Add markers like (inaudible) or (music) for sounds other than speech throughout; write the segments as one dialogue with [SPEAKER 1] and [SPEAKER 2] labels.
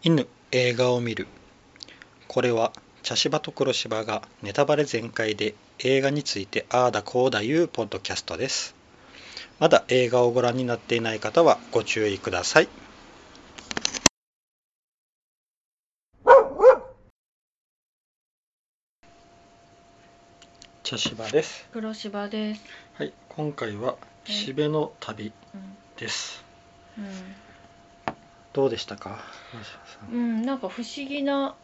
[SPEAKER 1] 犬映画を見るこれは茶芝と黒芝がネタバレ全開で映画についてああだこうだいうポッドキャストですまだ映画をご覧になっていない方はご注意ください茶芝です
[SPEAKER 2] 黒芝です。
[SPEAKER 1] はい今回はしべの旅ですどうでしたか吉田さん
[SPEAKER 2] うん、うん、なんか不思議な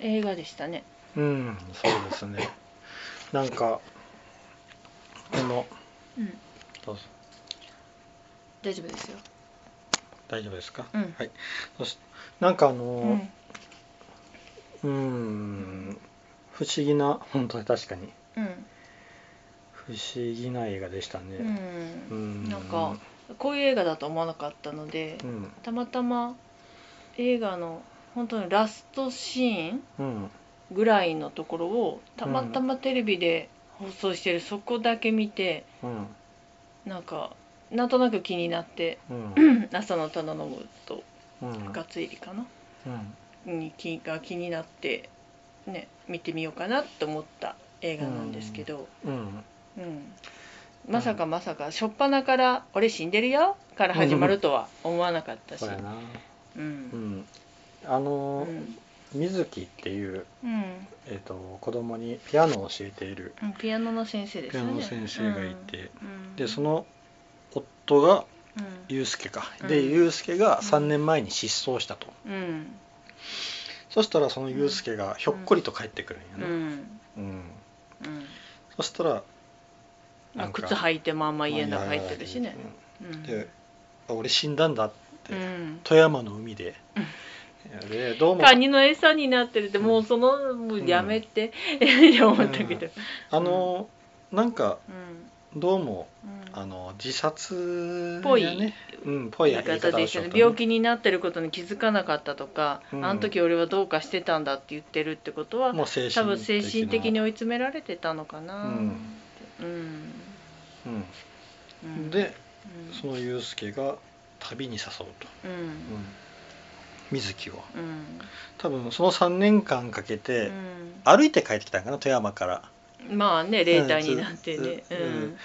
[SPEAKER 2] 映画でしたね。
[SPEAKER 1] うん、そうですね。 (laughs) なんか、この、
[SPEAKER 2] うん、
[SPEAKER 1] どうぞ
[SPEAKER 2] 大丈夫ですよ。
[SPEAKER 1] 大丈夫ですか、
[SPEAKER 2] うん
[SPEAKER 1] はい。そしなんかあ
[SPEAKER 2] う
[SPEAKER 1] の
[SPEAKER 2] ん、
[SPEAKER 1] ー、うーん、不思議な、本当に確かに、
[SPEAKER 2] うん、
[SPEAKER 1] 不思議な映画でした
[SPEAKER 2] う
[SPEAKER 1] ね。
[SPEAKER 2] ん、
[SPEAKER 1] ん
[SPEAKER 2] なんかこういう映画だと思わなかったので
[SPEAKER 1] う、ん、
[SPEAKER 2] たまたま映画の本当にラストシーン
[SPEAKER 1] うん、
[SPEAKER 2] ぐらいのところをたまたまテレビで放送してるそこだけ見て、
[SPEAKER 1] うん、
[SPEAKER 2] なんかなんとなく気になって
[SPEAKER 1] うん、
[SPEAKER 2] 「朝のただのむ」と
[SPEAKER 1] うん、
[SPEAKER 2] 「ガッツ入り」かな
[SPEAKER 1] うん、
[SPEAKER 2] に気が気になって、ね、見てみようかなと思った映画なんですけど、
[SPEAKER 1] うん、
[SPEAKER 2] うんまさかまさか初っ端から「俺死んでるよ」から始まるとは思わなかったし
[SPEAKER 1] そうやな。
[SPEAKER 2] う
[SPEAKER 1] うんん。あ
[SPEAKER 2] う
[SPEAKER 1] のー、
[SPEAKER 2] ん
[SPEAKER 1] 水木っていう、
[SPEAKER 2] うん
[SPEAKER 1] えっ、と、子供にピアノを教えている
[SPEAKER 2] うんピアノの先生です
[SPEAKER 1] ピア
[SPEAKER 2] よね
[SPEAKER 1] ノの先生がいて、
[SPEAKER 2] うんうん
[SPEAKER 1] で、その夫が、
[SPEAKER 2] うん
[SPEAKER 1] ユうスケか、
[SPEAKER 2] うん
[SPEAKER 1] でユうスケが
[SPEAKER 2] うん
[SPEAKER 1] 3年前に失踪したと、
[SPEAKER 2] うん
[SPEAKER 1] そしたらそのユうスケがひょっこりと帰ってくるん
[SPEAKER 2] う
[SPEAKER 1] やな、
[SPEAKER 2] ん
[SPEAKER 1] うん
[SPEAKER 2] うん
[SPEAKER 1] そしたら
[SPEAKER 2] ま
[SPEAKER 1] な
[SPEAKER 2] あ
[SPEAKER 1] んか
[SPEAKER 2] 靴履いてまんま家の中
[SPEAKER 1] まあ
[SPEAKER 2] 入ってるしね、うん
[SPEAKER 1] でうんあ俺死んだんだって、
[SPEAKER 2] うん
[SPEAKER 1] 富山の海で、でどうも
[SPEAKER 2] カニの餌になってるってもうその、もうやめて、 (laughs) って思ったけど、
[SPEAKER 1] あのなんか
[SPEAKER 2] うん
[SPEAKER 1] どうも
[SPEAKER 2] うん
[SPEAKER 1] あの自殺
[SPEAKER 2] ぽい
[SPEAKER 1] やねうんぽいや
[SPEAKER 2] 言
[SPEAKER 1] り
[SPEAKER 2] い方
[SPEAKER 1] 方
[SPEAKER 2] で
[SPEAKER 1] を
[SPEAKER 2] し
[SPEAKER 1] したよ
[SPEAKER 2] ね
[SPEAKER 1] ね
[SPEAKER 2] 病気になってることに気づかなかったとか、
[SPEAKER 1] うん
[SPEAKER 2] あの時俺はどうかしてたんだって言ってるってことは
[SPEAKER 1] もう精神的な
[SPEAKER 2] 多分精神的に追い詰められてたのか
[SPEAKER 1] う
[SPEAKER 2] な、
[SPEAKER 1] ん、
[SPEAKER 2] うん
[SPEAKER 1] うん
[SPEAKER 2] うん
[SPEAKER 1] で
[SPEAKER 2] うん
[SPEAKER 1] そのユうスケが旅に誘うと、
[SPEAKER 2] うん
[SPEAKER 1] うん、水木を
[SPEAKER 2] うん
[SPEAKER 1] 多分その3年間かけて、
[SPEAKER 2] うん
[SPEAKER 1] 歩いて帰ってきたんかな富山から
[SPEAKER 2] まあね霊体になって
[SPEAKER 1] うん
[SPEAKER 2] ね
[SPEAKER 1] つ
[SPEAKER 2] う
[SPEAKER 1] うん
[SPEAKER 2] ん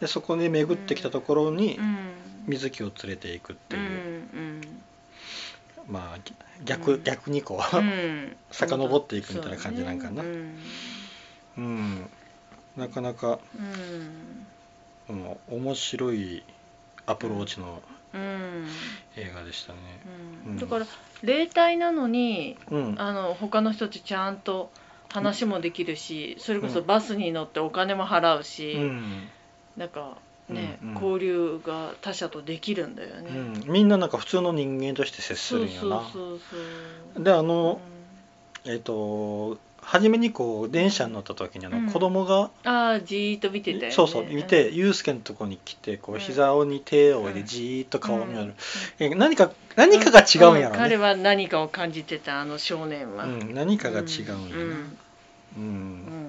[SPEAKER 1] でそこに巡ってきたところに
[SPEAKER 2] うん
[SPEAKER 1] 水木を連れていくって
[SPEAKER 2] うんう
[SPEAKER 1] いう、
[SPEAKER 2] ん
[SPEAKER 1] まあぎ逆,、
[SPEAKER 2] うん
[SPEAKER 1] 逆にこう、
[SPEAKER 2] う
[SPEAKER 1] うん
[SPEAKER 2] ん
[SPEAKER 1] 遡っていくみたいな感じなんかな
[SPEAKER 2] そうだね
[SPEAKER 1] なかなか、
[SPEAKER 2] うんうん
[SPEAKER 1] うん、面白いアプローチの
[SPEAKER 2] うん
[SPEAKER 1] 映画でしたね
[SPEAKER 2] う
[SPEAKER 1] うん
[SPEAKER 2] んだから霊体なのに
[SPEAKER 1] うん
[SPEAKER 2] あの他の人とちゃんと話もできるしそれこ
[SPEAKER 1] う
[SPEAKER 2] そ
[SPEAKER 1] ん
[SPEAKER 2] バスに乗ってお金も払う
[SPEAKER 1] う
[SPEAKER 2] し、
[SPEAKER 1] ん
[SPEAKER 2] なんかね、
[SPEAKER 1] うんうん
[SPEAKER 2] 交流が他者とできるんだよ
[SPEAKER 1] う
[SPEAKER 2] ね。
[SPEAKER 1] ん、みんななんか普通の人間として接す
[SPEAKER 2] そ
[SPEAKER 1] る
[SPEAKER 2] うん
[SPEAKER 1] や
[SPEAKER 2] そう
[SPEAKER 1] な
[SPEAKER 2] そうそう。
[SPEAKER 1] であの、えっ、と初めにこう電車に乗った時にあ
[SPEAKER 2] うん
[SPEAKER 1] の子供が、
[SPEAKER 2] うんああじーっと見てたよね。
[SPEAKER 1] そうそう見て、ユースケのとこに来てこう
[SPEAKER 2] うん
[SPEAKER 1] 膝に手を置いて
[SPEAKER 2] うん
[SPEAKER 1] じーっと顔を見よ
[SPEAKER 2] うん
[SPEAKER 1] る、え何か何かが違うんや
[SPEAKER 2] ん
[SPEAKER 1] ろね、
[SPEAKER 2] 彼は何かを感じてたあの少年
[SPEAKER 1] う
[SPEAKER 2] は。
[SPEAKER 1] ん何かが違うんやな、うん
[SPEAKER 2] うん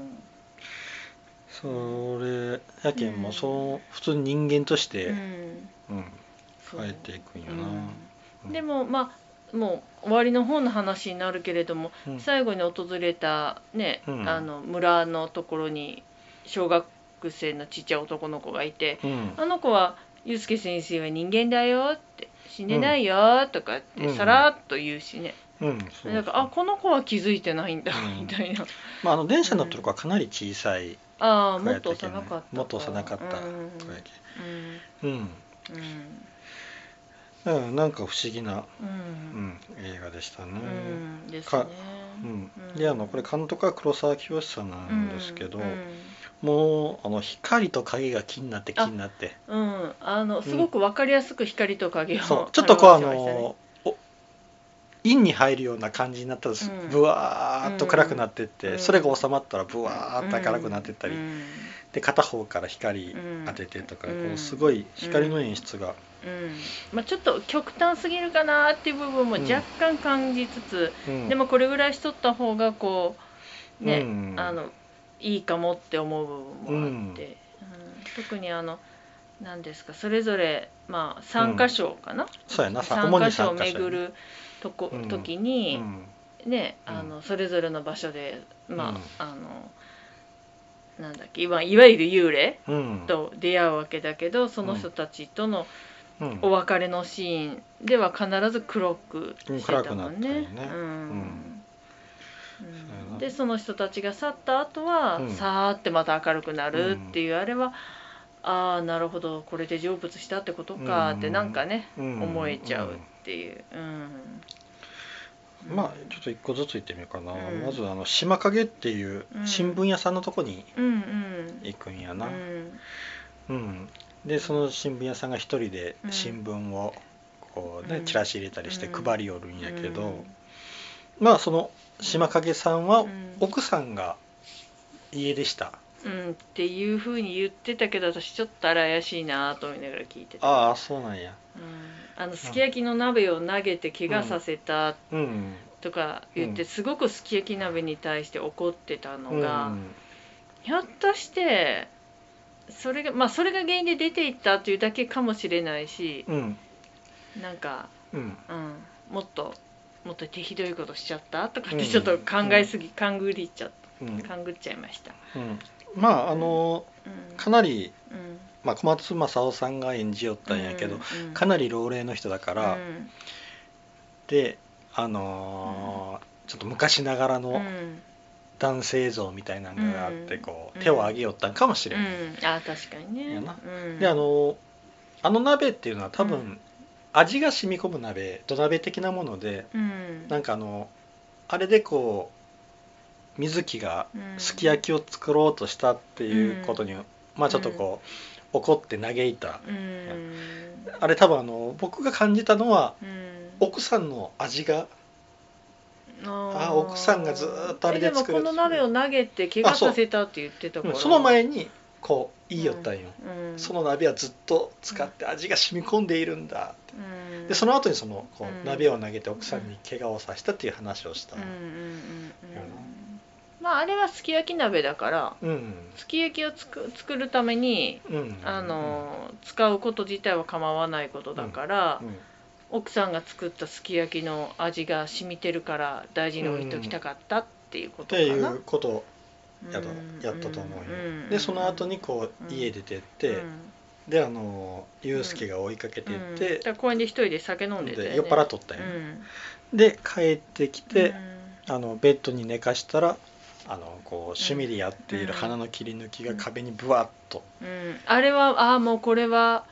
[SPEAKER 1] それやけんも
[SPEAKER 2] う
[SPEAKER 1] うんそう普通に人間とし
[SPEAKER 2] うんう
[SPEAKER 1] て、
[SPEAKER 2] ん
[SPEAKER 1] うん
[SPEAKER 2] そう
[SPEAKER 1] 帰っていくんやな、
[SPEAKER 2] う
[SPEAKER 1] うん
[SPEAKER 2] んでもまあもう終わりの方の話になるけれども
[SPEAKER 1] うん
[SPEAKER 2] 最後に訪れた、ね
[SPEAKER 1] うん
[SPEAKER 2] あの村のところに小学生のちっちゃい男の子がいて
[SPEAKER 1] うん
[SPEAKER 2] あの子は「ユうスケ先生は人間だよ」って「死んでないよ」とかってさらっと言うしね、
[SPEAKER 1] うんそう
[SPEAKER 2] なんかあこの子は気づいてないんだ
[SPEAKER 1] うん
[SPEAKER 2] みたいな、
[SPEAKER 1] まあ、あの電車乗ってる子はかなり小さい
[SPEAKER 2] ああ
[SPEAKER 1] 子
[SPEAKER 2] も
[SPEAKER 1] や
[SPEAKER 2] ったと
[SPEAKER 1] けん
[SPEAKER 2] 幼かった
[SPEAKER 1] もっと幼かった子
[SPEAKER 2] うん
[SPEAKER 1] やけんうん、
[SPEAKER 2] うんうん
[SPEAKER 1] うん、なんか不思議な、
[SPEAKER 2] う
[SPEAKER 1] うんん、映画でしたね、
[SPEAKER 2] うんですね
[SPEAKER 1] かうんであのこれ監督は黒沢清さんなんですけど、
[SPEAKER 2] うんうん
[SPEAKER 1] もうあの光と影が気になって気
[SPEAKER 2] あ
[SPEAKER 1] になって
[SPEAKER 2] うん、あのすごく分かりやすく光と影を、
[SPEAKER 1] そうちょっとこうあ
[SPEAKER 2] 表してましたね
[SPEAKER 1] のお陰に入るような感じになったらす
[SPEAKER 2] うん
[SPEAKER 1] ブワーっと暗くなってって、
[SPEAKER 2] うん
[SPEAKER 1] それが収まったらブワーっと明るくなってったり、
[SPEAKER 2] うん
[SPEAKER 1] で片方から光
[SPEAKER 2] うん
[SPEAKER 1] 当ててとか、
[SPEAKER 2] うん
[SPEAKER 1] こうすごい光の演出が、
[SPEAKER 2] うんまあ、ちょっと極端すぎるかなっていう部分も若干感じつつ、
[SPEAKER 1] うん
[SPEAKER 2] でもこれぐらいしとった方がこうね、
[SPEAKER 1] うん
[SPEAKER 2] あのいいかもって思う部分もあって、うん特にあの何ですかそれぞれまあ3箇所かな、
[SPEAKER 1] そうやなさ主
[SPEAKER 2] 3
[SPEAKER 1] に
[SPEAKER 2] 箇所を
[SPEAKER 1] 参加者や
[SPEAKER 2] 巡
[SPEAKER 1] ね
[SPEAKER 2] るとこ、
[SPEAKER 1] うん
[SPEAKER 2] 時
[SPEAKER 1] う
[SPEAKER 2] に、
[SPEAKER 1] ん
[SPEAKER 2] ね
[SPEAKER 1] うん
[SPEAKER 2] あのそれぞれの場所でまあ、
[SPEAKER 1] うん
[SPEAKER 2] あのなんだっけ、まあ、いわゆる幽霊
[SPEAKER 1] うん
[SPEAKER 2] と出会うわけだけどその人たちとの
[SPEAKER 1] うん
[SPEAKER 2] お別れのシーンでは必ず黒くして
[SPEAKER 1] うん暗く
[SPEAKER 2] たもんね
[SPEAKER 1] なったよね。
[SPEAKER 2] うん
[SPEAKER 1] そうや
[SPEAKER 2] うん
[SPEAKER 1] な
[SPEAKER 2] でその人たちが去った後は、
[SPEAKER 1] うん
[SPEAKER 2] さーってまた明るくなるっていう、あれはああなるほどこれで成仏したってことかって
[SPEAKER 1] うん
[SPEAKER 2] なんかね、
[SPEAKER 1] うん
[SPEAKER 2] 思えちゃうっていう。うん
[SPEAKER 1] うんまあちょっと一個ずつ行ってみようかな、
[SPEAKER 2] うん
[SPEAKER 1] まずあの島影っていう
[SPEAKER 2] うん
[SPEAKER 1] 新聞屋さんのとこに
[SPEAKER 2] うんうん
[SPEAKER 1] 行くんや
[SPEAKER 2] う
[SPEAKER 1] な、
[SPEAKER 2] ん
[SPEAKER 1] うん、でその新聞屋さんが一人で新聞をこうね
[SPEAKER 2] うん
[SPEAKER 1] チラシ入れたりして
[SPEAKER 2] うん
[SPEAKER 1] 配りおるんやけど、まあその島影さんは
[SPEAKER 2] うん
[SPEAKER 1] 奥さんが家でした、
[SPEAKER 2] うん、うんっていうふうに言ってたけど私ちょっとあれ怪しいなと思いながら聞いてた
[SPEAKER 1] ああそうなんや
[SPEAKER 2] うん、あのすき焼きの鍋を投げて怪我させた
[SPEAKER 1] うん
[SPEAKER 2] とか言って、
[SPEAKER 1] うん
[SPEAKER 2] すごくすき焼き鍋に対して怒ってたのが、
[SPEAKER 1] うん
[SPEAKER 2] ひょっとしてそれがまあそれが原因で出ていったというだけかもしれないし
[SPEAKER 1] うん
[SPEAKER 2] なんか、
[SPEAKER 1] うん
[SPEAKER 2] うん、もっともっと手ひどいことしちゃったとかっ
[SPEAKER 1] う
[SPEAKER 2] て
[SPEAKER 1] ん
[SPEAKER 2] ちょっと考えすぎ、勘ぐりちゃっ
[SPEAKER 1] うん
[SPEAKER 2] 勘ぐっちゃいました。
[SPEAKER 1] うんまああの
[SPEAKER 2] うん
[SPEAKER 1] かなり、
[SPEAKER 2] うん
[SPEAKER 1] まあ、小松政夫さんが演じよったんやけど、かなり老齢の人だか、
[SPEAKER 2] から
[SPEAKER 1] であのーちょっと昔ながらの男性像みたいなのがあって、
[SPEAKER 2] うん
[SPEAKER 1] こう
[SPEAKER 2] うん
[SPEAKER 1] 手を上げよったんかもしれん、
[SPEAKER 2] あ確かにね。
[SPEAKER 1] やな
[SPEAKER 2] うん
[SPEAKER 1] であのーあの鍋っていうのは多分、
[SPEAKER 2] うん
[SPEAKER 1] 味が染み込む鍋土鍋的なもので
[SPEAKER 2] うん
[SPEAKER 1] なんかあのあれでこう水木が
[SPEAKER 2] うん
[SPEAKER 1] すき焼きを作ろうとしたっていうことに、まあちょっとこう、怒って嘆いた
[SPEAKER 2] うん
[SPEAKER 1] あれ多分あの僕が感じたのは
[SPEAKER 2] うん
[SPEAKER 1] 奥さんの味があ
[SPEAKER 2] あー
[SPEAKER 1] 奥さんがずーっとあれで作る
[SPEAKER 2] えもこの鍋を投げて怪我させたって言ってたから
[SPEAKER 1] その前にこう言いよったんよ、
[SPEAKER 2] うん
[SPEAKER 1] その鍋はずっと使って味が染み込んでいるんだって
[SPEAKER 2] うん
[SPEAKER 1] でその後にそのこ
[SPEAKER 2] うん
[SPEAKER 1] う鍋を投げて奥さんに怪我をさせたっていう話をした
[SPEAKER 2] うんうんうんう
[SPEAKER 1] やなん
[SPEAKER 2] まああれはすき焼き鍋だから
[SPEAKER 1] うん
[SPEAKER 2] すき焼きをつく作るために
[SPEAKER 1] うん
[SPEAKER 2] あのー使うこと自体は構わないことだから、
[SPEAKER 1] うん
[SPEAKER 2] 奥さんが作ったすき焼きの味が染みてるから大事に置いときたかったっていうこ
[SPEAKER 1] っ
[SPEAKER 2] とか
[SPEAKER 1] てい
[SPEAKER 2] な、
[SPEAKER 1] うことやと
[SPEAKER 2] うん
[SPEAKER 1] やったと思うよ
[SPEAKER 2] ん
[SPEAKER 1] でその後にこ
[SPEAKER 2] うん
[SPEAKER 1] う家出てっ
[SPEAKER 2] う
[SPEAKER 1] て
[SPEAKER 2] ん
[SPEAKER 1] であの祐介が追いかけてっ
[SPEAKER 2] うんだ
[SPEAKER 1] て
[SPEAKER 2] から公園で一人で酒飲んでて、
[SPEAKER 1] で酔っ払っとったんよね
[SPEAKER 2] うん
[SPEAKER 1] で帰ってきて
[SPEAKER 2] う
[SPEAKER 1] あのベッドに寝かしたらあのこう趣味でやっている花の切り抜きが壁にブワッと
[SPEAKER 2] んうんあれはああもうこれは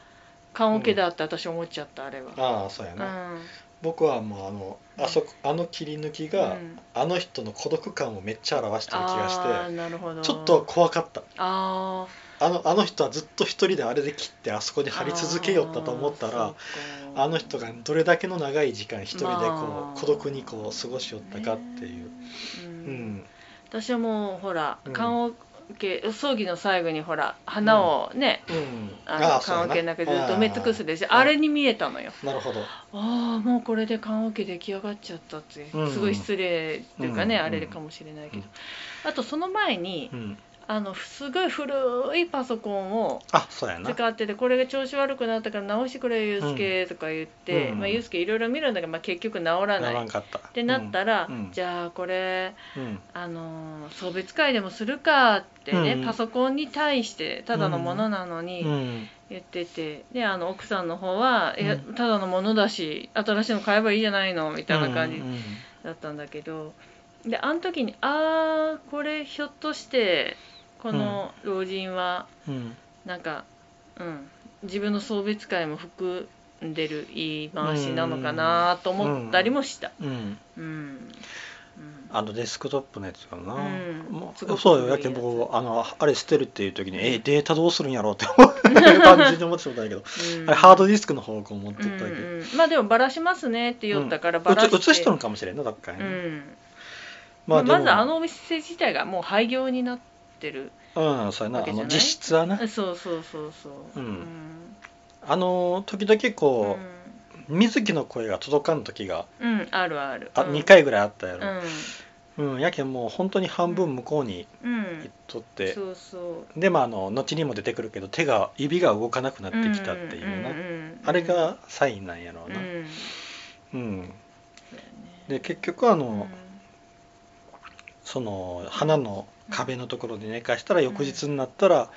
[SPEAKER 2] 棺桶だって私思っちゃったあれは、
[SPEAKER 1] ああそうや
[SPEAKER 2] う
[SPEAKER 1] な、
[SPEAKER 2] ん
[SPEAKER 1] 僕はもうあのあそこあの切り抜きが、
[SPEAKER 2] うん
[SPEAKER 1] あの人の孤独感をめっちゃ表してる気が
[SPEAKER 2] あ
[SPEAKER 1] し
[SPEAKER 2] ーなるほど
[SPEAKER 1] てちょっと怖かった
[SPEAKER 2] あ
[SPEAKER 1] あのあの人はずっと一人であれで切ってあそこに
[SPEAKER 2] ー
[SPEAKER 1] 貼り続けよったと思った
[SPEAKER 2] あ
[SPEAKER 1] ら
[SPEAKER 2] ー
[SPEAKER 1] あの人がどれだけの長い時間一人でこう、
[SPEAKER 2] まあ
[SPEAKER 1] 孤独にこう過ごしよったかっていう、
[SPEAKER 2] ね
[SPEAKER 1] う
[SPEAKER 2] うん
[SPEAKER 1] ん
[SPEAKER 2] 私はもうほら
[SPEAKER 1] うん
[SPEAKER 2] 棺桶、葬儀の最後にほら花をね、
[SPEAKER 1] うん、
[SPEAKER 2] あの
[SPEAKER 1] そうや
[SPEAKER 2] 棺桶の中でずっと
[SPEAKER 1] あー
[SPEAKER 2] 埋め尽くすでしょあれに見えたのよ
[SPEAKER 1] なるほど
[SPEAKER 2] ああもうこれで棺桶出来上がっちゃったって、
[SPEAKER 1] うん
[SPEAKER 2] すごい失礼っていうかね、
[SPEAKER 1] うん
[SPEAKER 2] あれかもしれないけど、
[SPEAKER 1] うん
[SPEAKER 2] あとその前に、
[SPEAKER 1] うん
[SPEAKER 2] あのすごい古いパソコンを
[SPEAKER 1] あそうやな
[SPEAKER 2] 使っててこれが調子悪くなったから直してくれユースケとか言って、
[SPEAKER 1] うん
[SPEAKER 2] まあ、ユースケいろいろ見るんだけど、まあ、結局治ら
[SPEAKER 1] な
[SPEAKER 2] ない
[SPEAKER 1] ら
[SPEAKER 2] っ
[SPEAKER 1] んかったって
[SPEAKER 2] なったら、
[SPEAKER 1] うんうん
[SPEAKER 2] じゃあこれ
[SPEAKER 1] うん
[SPEAKER 2] あのー送別会でもするかってね、
[SPEAKER 1] うん
[SPEAKER 2] パソコンに対してただのものなの
[SPEAKER 1] う
[SPEAKER 2] に
[SPEAKER 1] ん
[SPEAKER 2] 言ってて、であの奥さんの方は、
[SPEAKER 1] うん
[SPEAKER 2] いやただのものだし新しいの買えばいいじゃないのみたいな感じだったんだけど、であの時にあーこれひょっとしてこの老人は
[SPEAKER 1] うんうん
[SPEAKER 2] なんか、うん、自分の送別会も含んでる言い回しなのかなと思ったりもした。
[SPEAKER 1] うんうん
[SPEAKER 2] うん
[SPEAKER 1] あのデスクトップのやつかな、
[SPEAKER 2] うん
[SPEAKER 1] も
[SPEAKER 2] すご
[SPEAKER 1] う
[SPEAKER 2] く
[SPEAKER 1] そうよや
[SPEAKER 2] 古い
[SPEAKER 1] け
[SPEAKER 2] やつ
[SPEAKER 1] 僕あのあれ捨てるっていう時にえデータどうするんやろうって思う (laughs) 感じで思ってたんだけど、
[SPEAKER 2] うん
[SPEAKER 1] あれハードディスクの方向持ってったわけ、
[SPEAKER 2] うんうんまあでもバラしますねって言ったからバラして、
[SPEAKER 1] うつ映しとんかもしれんなどっかに、
[SPEAKER 2] うん
[SPEAKER 1] ま
[SPEAKER 2] まあ、
[SPEAKER 1] あでも、
[SPEAKER 2] まずあのお店自体がもう廃業になってる
[SPEAKER 1] うんそうや
[SPEAKER 2] わ
[SPEAKER 1] な
[SPEAKER 2] け
[SPEAKER 1] あ
[SPEAKER 2] じゃない
[SPEAKER 1] の実質はな
[SPEAKER 2] そうそうそうそう
[SPEAKER 1] うんあの時々
[SPEAKER 2] うん
[SPEAKER 1] こう、水木の声が届かん時が
[SPEAKER 2] うん、うんあるある
[SPEAKER 1] あ、
[SPEAKER 2] うん、
[SPEAKER 1] 2回ぐらいあったや
[SPEAKER 2] う
[SPEAKER 1] ろ、
[SPEAKER 2] ん、
[SPEAKER 1] うんやけんもう本当に半分向こうに
[SPEAKER 2] うん
[SPEAKER 1] 行っとって、
[SPEAKER 2] そうそう
[SPEAKER 1] でまああの後にも出てくるけど手が指が動かなくなってきたっていうな、
[SPEAKER 2] んんんん
[SPEAKER 1] あれがサインなんやろうな、
[SPEAKER 2] うん
[SPEAKER 1] うん、で結局あの、
[SPEAKER 2] うん
[SPEAKER 1] その花の壁のところで寝かしたら翌日になったら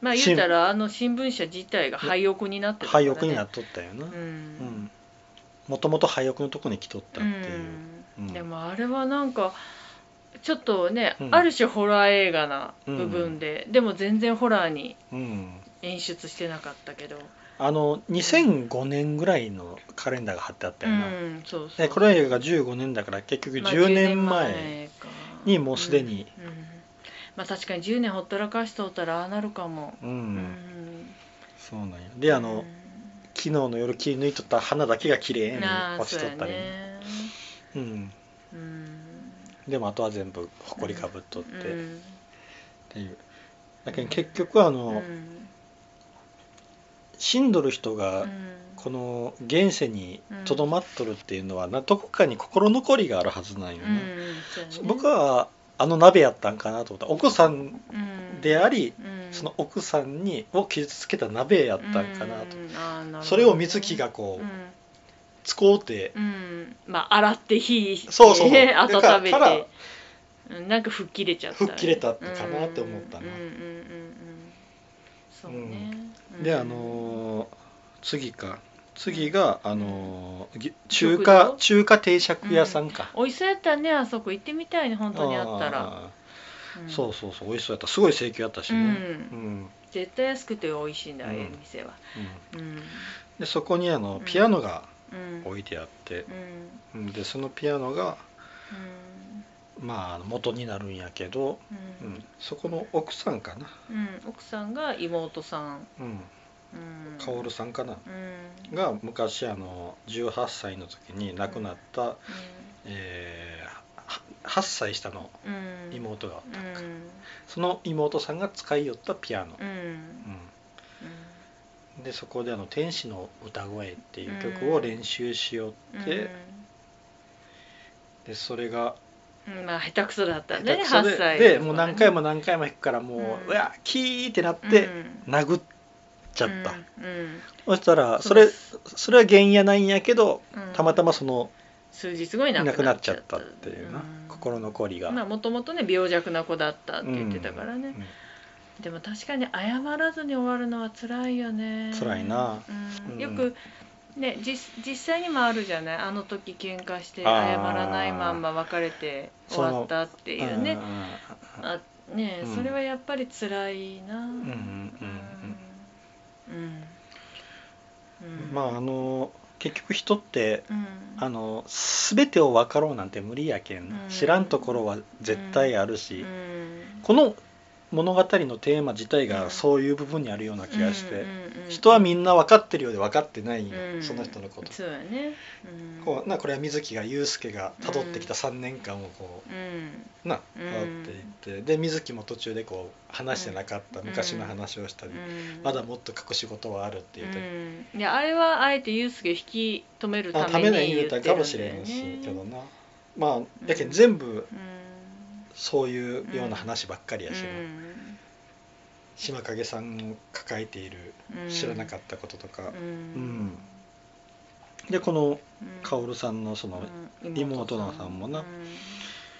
[SPEAKER 2] まあ言うたらあの新聞社自体が廃屋になってたか
[SPEAKER 1] 廃
[SPEAKER 2] らね
[SPEAKER 1] 屋になっとったよな
[SPEAKER 2] う
[SPEAKER 1] うんんもともと廃屋のとこに来とったっていう
[SPEAKER 2] うん
[SPEAKER 1] うん
[SPEAKER 2] でもあれはなんかちょっとね、
[SPEAKER 1] うん
[SPEAKER 2] ある種ホラー映画な部分で、でも全然ホラーに
[SPEAKER 1] うん、
[SPEAKER 2] 演出してなかったけど
[SPEAKER 1] あの2005年ぐらいのカレンダーが貼ってあった
[SPEAKER 2] う
[SPEAKER 1] よな、
[SPEAKER 2] んそうそう
[SPEAKER 1] でこの映画が15年だから結局
[SPEAKER 2] まあ
[SPEAKER 1] 10年前
[SPEAKER 2] か
[SPEAKER 1] にもうすでに
[SPEAKER 2] うんうんまあ確かに10年ほったらかしておったらああなるかも、
[SPEAKER 1] うん、
[SPEAKER 2] うん
[SPEAKER 1] そうなんやであの、
[SPEAKER 2] うん
[SPEAKER 1] 昨日の夜切り抜いとった花だけが綺麗に
[SPEAKER 2] なあ
[SPEAKER 1] 落ち
[SPEAKER 2] そう
[SPEAKER 1] と
[SPEAKER 2] や
[SPEAKER 1] ったりね
[SPEAKER 2] ね
[SPEAKER 1] うん
[SPEAKER 2] うん
[SPEAKER 1] でもあとは全部ほこりかぶっとって、
[SPEAKER 2] う
[SPEAKER 1] っ
[SPEAKER 2] ん
[SPEAKER 1] ていうだけど結局あの、
[SPEAKER 2] うん
[SPEAKER 1] 死んどる人が、
[SPEAKER 2] うん
[SPEAKER 1] この現世にとどまっとるっていうのは、などこかに心残りがあるはずなんよ
[SPEAKER 2] うん
[SPEAKER 1] ね、
[SPEAKER 2] そうやね
[SPEAKER 1] 僕はあの鍋やったんかなと思った奥さん
[SPEAKER 2] うん
[SPEAKER 1] であり、
[SPEAKER 2] うん
[SPEAKER 1] その奥さんにを傷つけた鍋やったんかなと、
[SPEAKER 2] うんあーなるほどね
[SPEAKER 1] それを美月がこう、使うて
[SPEAKER 2] うん、うんまあ洗って火して
[SPEAKER 1] そうそう
[SPEAKER 2] 温
[SPEAKER 1] だから
[SPEAKER 2] め
[SPEAKER 1] から
[SPEAKER 2] てうんなんか吹っ切れちゃったね
[SPEAKER 1] 吹っ切れたかなって思ったな
[SPEAKER 2] うんうんうんうんうんそうね、うん
[SPEAKER 1] であのー次か次があのーぎ中
[SPEAKER 2] 食
[SPEAKER 1] 華
[SPEAKER 2] 堂
[SPEAKER 1] 中華定食屋さんか、
[SPEAKER 2] 美味しそうやったねあそこ行ってみたいね本当にあったら、
[SPEAKER 1] あ
[SPEAKER 2] う
[SPEAKER 1] ー
[SPEAKER 2] ん
[SPEAKER 1] そうそうそう美味しそうやったすごい盛況やったし
[SPEAKER 2] う
[SPEAKER 1] ね
[SPEAKER 2] ん
[SPEAKER 1] うん、うん
[SPEAKER 2] 絶対安くて美味しいんだ、ああいう
[SPEAKER 1] うん
[SPEAKER 2] 店はうん
[SPEAKER 1] でそこにあの
[SPEAKER 2] うん
[SPEAKER 1] ピアノが
[SPEAKER 2] うん
[SPEAKER 1] 置いてあって、
[SPEAKER 2] うん
[SPEAKER 1] うんでそのピアノが
[SPEAKER 2] うん
[SPEAKER 1] まああの元になるんやけど、
[SPEAKER 2] う
[SPEAKER 1] うんん、そこの奥さんかな、
[SPEAKER 2] うん奥さんが妹さん、
[SPEAKER 1] うん、
[SPEAKER 2] うん、
[SPEAKER 1] 薫さんかな、
[SPEAKER 2] うん
[SPEAKER 1] が昔あの18歳の時に亡くなった、
[SPEAKER 2] う
[SPEAKER 1] えー、8歳下の
[SPEAKER 2] んうん
[SPEAKER 1] 妹がおっ
[SPEAKER 2] う
[SPEAKER 1] たんか、
[SPEAKER 2] ん
[SPEAKER 1] その妹さんが使いよったピアノ
[SPEAKER 2] う、ん
[SPEAKER 1] うん、でそこであの「天使の歌声」っていう曲を練習しよ
[SPEAKER 2] うん
[SPEAKER 1] って、でそれが
[SPEAKER 2] うんまあ下手くそだったね
[SPEAKER 1] 下手く
[SPEAKER 2] 8
[SPEAKER 1] そ
[SPEAKER 2] 歳
[SPEAKER 1] ででもう何回も何回も弾くからも
[SPEAKER 2] うん
[SPEAKER 1] う「うわキー!」ってなっ
[SPEAKER 2] う
[SPEAKER 1] て
[SPEAKER 2] ん
[SPEAKER 1] 殴っちゃった、
[SPEAKER 2] うんうん
[SPEAKER 1] そしたら
[SPEAKER 2] そ
[SPEAKER 1] そう
[SPEAKER 2] で
[SPEAKER 1] れ
[SPEAKER 2] す
[SPEAKER 1] それは原因やないんやけど
[SPEAKER 2] うん
[SPEAKER 1] たまたまその
[SPEAKER 2] 数日後に
[SPEAKER 1] いな
[SPEAKER 2] 亡
[SPEAKER 1] く
[SPEAKER 2] く
[SPEAKER 1] な
[SPEAKER 2] な
[SPEAKER 1] っ
[SPEAKER 2] っ
[SPEAKER 1] ち
[SPEAKER 2] ち
[SPEAKER 1] ゃ
[SPEAKER 2] ゃ
[SPEAKER 1] っ
[SPEAKER 2] ったた
[SPEAKER 1] っていう
[SPEAKER 2] う
[SPEAKER 1] なん心残りが
[SPEAKER 2] まあもともとね病弱な子だったって言ってたからね、
[SPEAKER 1] う
[SPEAKER 2] でも確かに謝らずに終わるのは辛いよね
[SPEAKER 1] 辛いな、
[SPEAKER 2] うん
[SPEAKER 1] うん
[SPEAKER 2] よくね実実際にもあるじゃないあの時喧嘩して
[SPEAKER 1] あー
[SPEAKER 2] 謝らないまんま別れて終わったって
[SPEAKER 1] ん
[SPEAKER 2] いうね
[SPEAKER 1] うん
[SPEAKER 2] あねえ、
[SPEAKER 1] うん
[SPEAKER 2] それはやっぱり辛いなうん
[SPEAKER 1] うん
[SPEAKER 2] うんうん
[SPEAKER 1] まああの結局人って
[SPEAKER 2] うん
[SPEAKER 1] あの全てを分かろうなんて無理やけんな、
[SPEAKER 2] うん
[SPEAKER 1] 知らんところは絶対あるし、
[SPEAKER 2] うん
[SPEAKER 1] この物語のテーマ自体がそういう部分にあるような気がして、
[SPEAKER 2] うんうんうん
[SPEAKER 1] 人はみんな分かってるようで分かってないんよ、
[SPEAKER 2] うん
[SPEAKER 1] その人のこと。
[SPEAKER 2] そうやね、うん、
[SPEAKER 1] こうなこれは水木が祐介が辿ってきた3年間をこ
[SPEAKER 2] う、ん、
[SPEAKER 1] うな
[SPEAKER 2] うん
[SPEAKER 1] 辿っていってで水木も途中でこう話してなかった昔の話をしたり、
[SPEAKER 2] うん
[SPEAKER 1] まだもっと隠し事はあるって言ったり、
[SPEAKER 2] うん、いやあれはあえてユースケを引き止める
[SPEAKER 1] あ
[SPEAKER 2] た
[SPEAKER 1] た
[SPEAKER 2] め
[SPEAKER 1] めに
[SPEAKER 2] に
[SPEAKER 1] 言
[SPEAKER 2] 言
[SPEAKER 1] う
[SPEAKER 2] ったて
[SPEAKER 1] か
[SPEAKER 2] るん
[SPEAKER 1] も
[SPEAKER 2] だ
[SPEAKER 1] しれんしけ
[SPEAKER 2] よ
[SPEAKER 1] ど
[SPEAKER 2] ね
[SPEAKER 1] なまあだけ
[SPEAKER 2] う
[SPEAKER 1] ど
[SPEAKER 2] ん
[SPEAKER 1] 全部
[SPEAKER 2] うん
[SPEAKER 1] そういうような話ばっかりやしな、
[SPEAKER 2] うん
[SPEAKER 1] 島影さんの抱えている
[SPEAKER 2] うん
[SPEAKER 1] 知らなかったこととか、
[SPEAKER 2] う
[SPEAKER 1] うん
[SPEAKER 2] ん
[SPEAKER 1] でこの
[SPEAKER 2] うん
[SPEAKER 1] 薫さんのその、
[SPEAKER 2] うん
[SPEAKER 1] 妹のさんもな
[SPEAKER 2] うん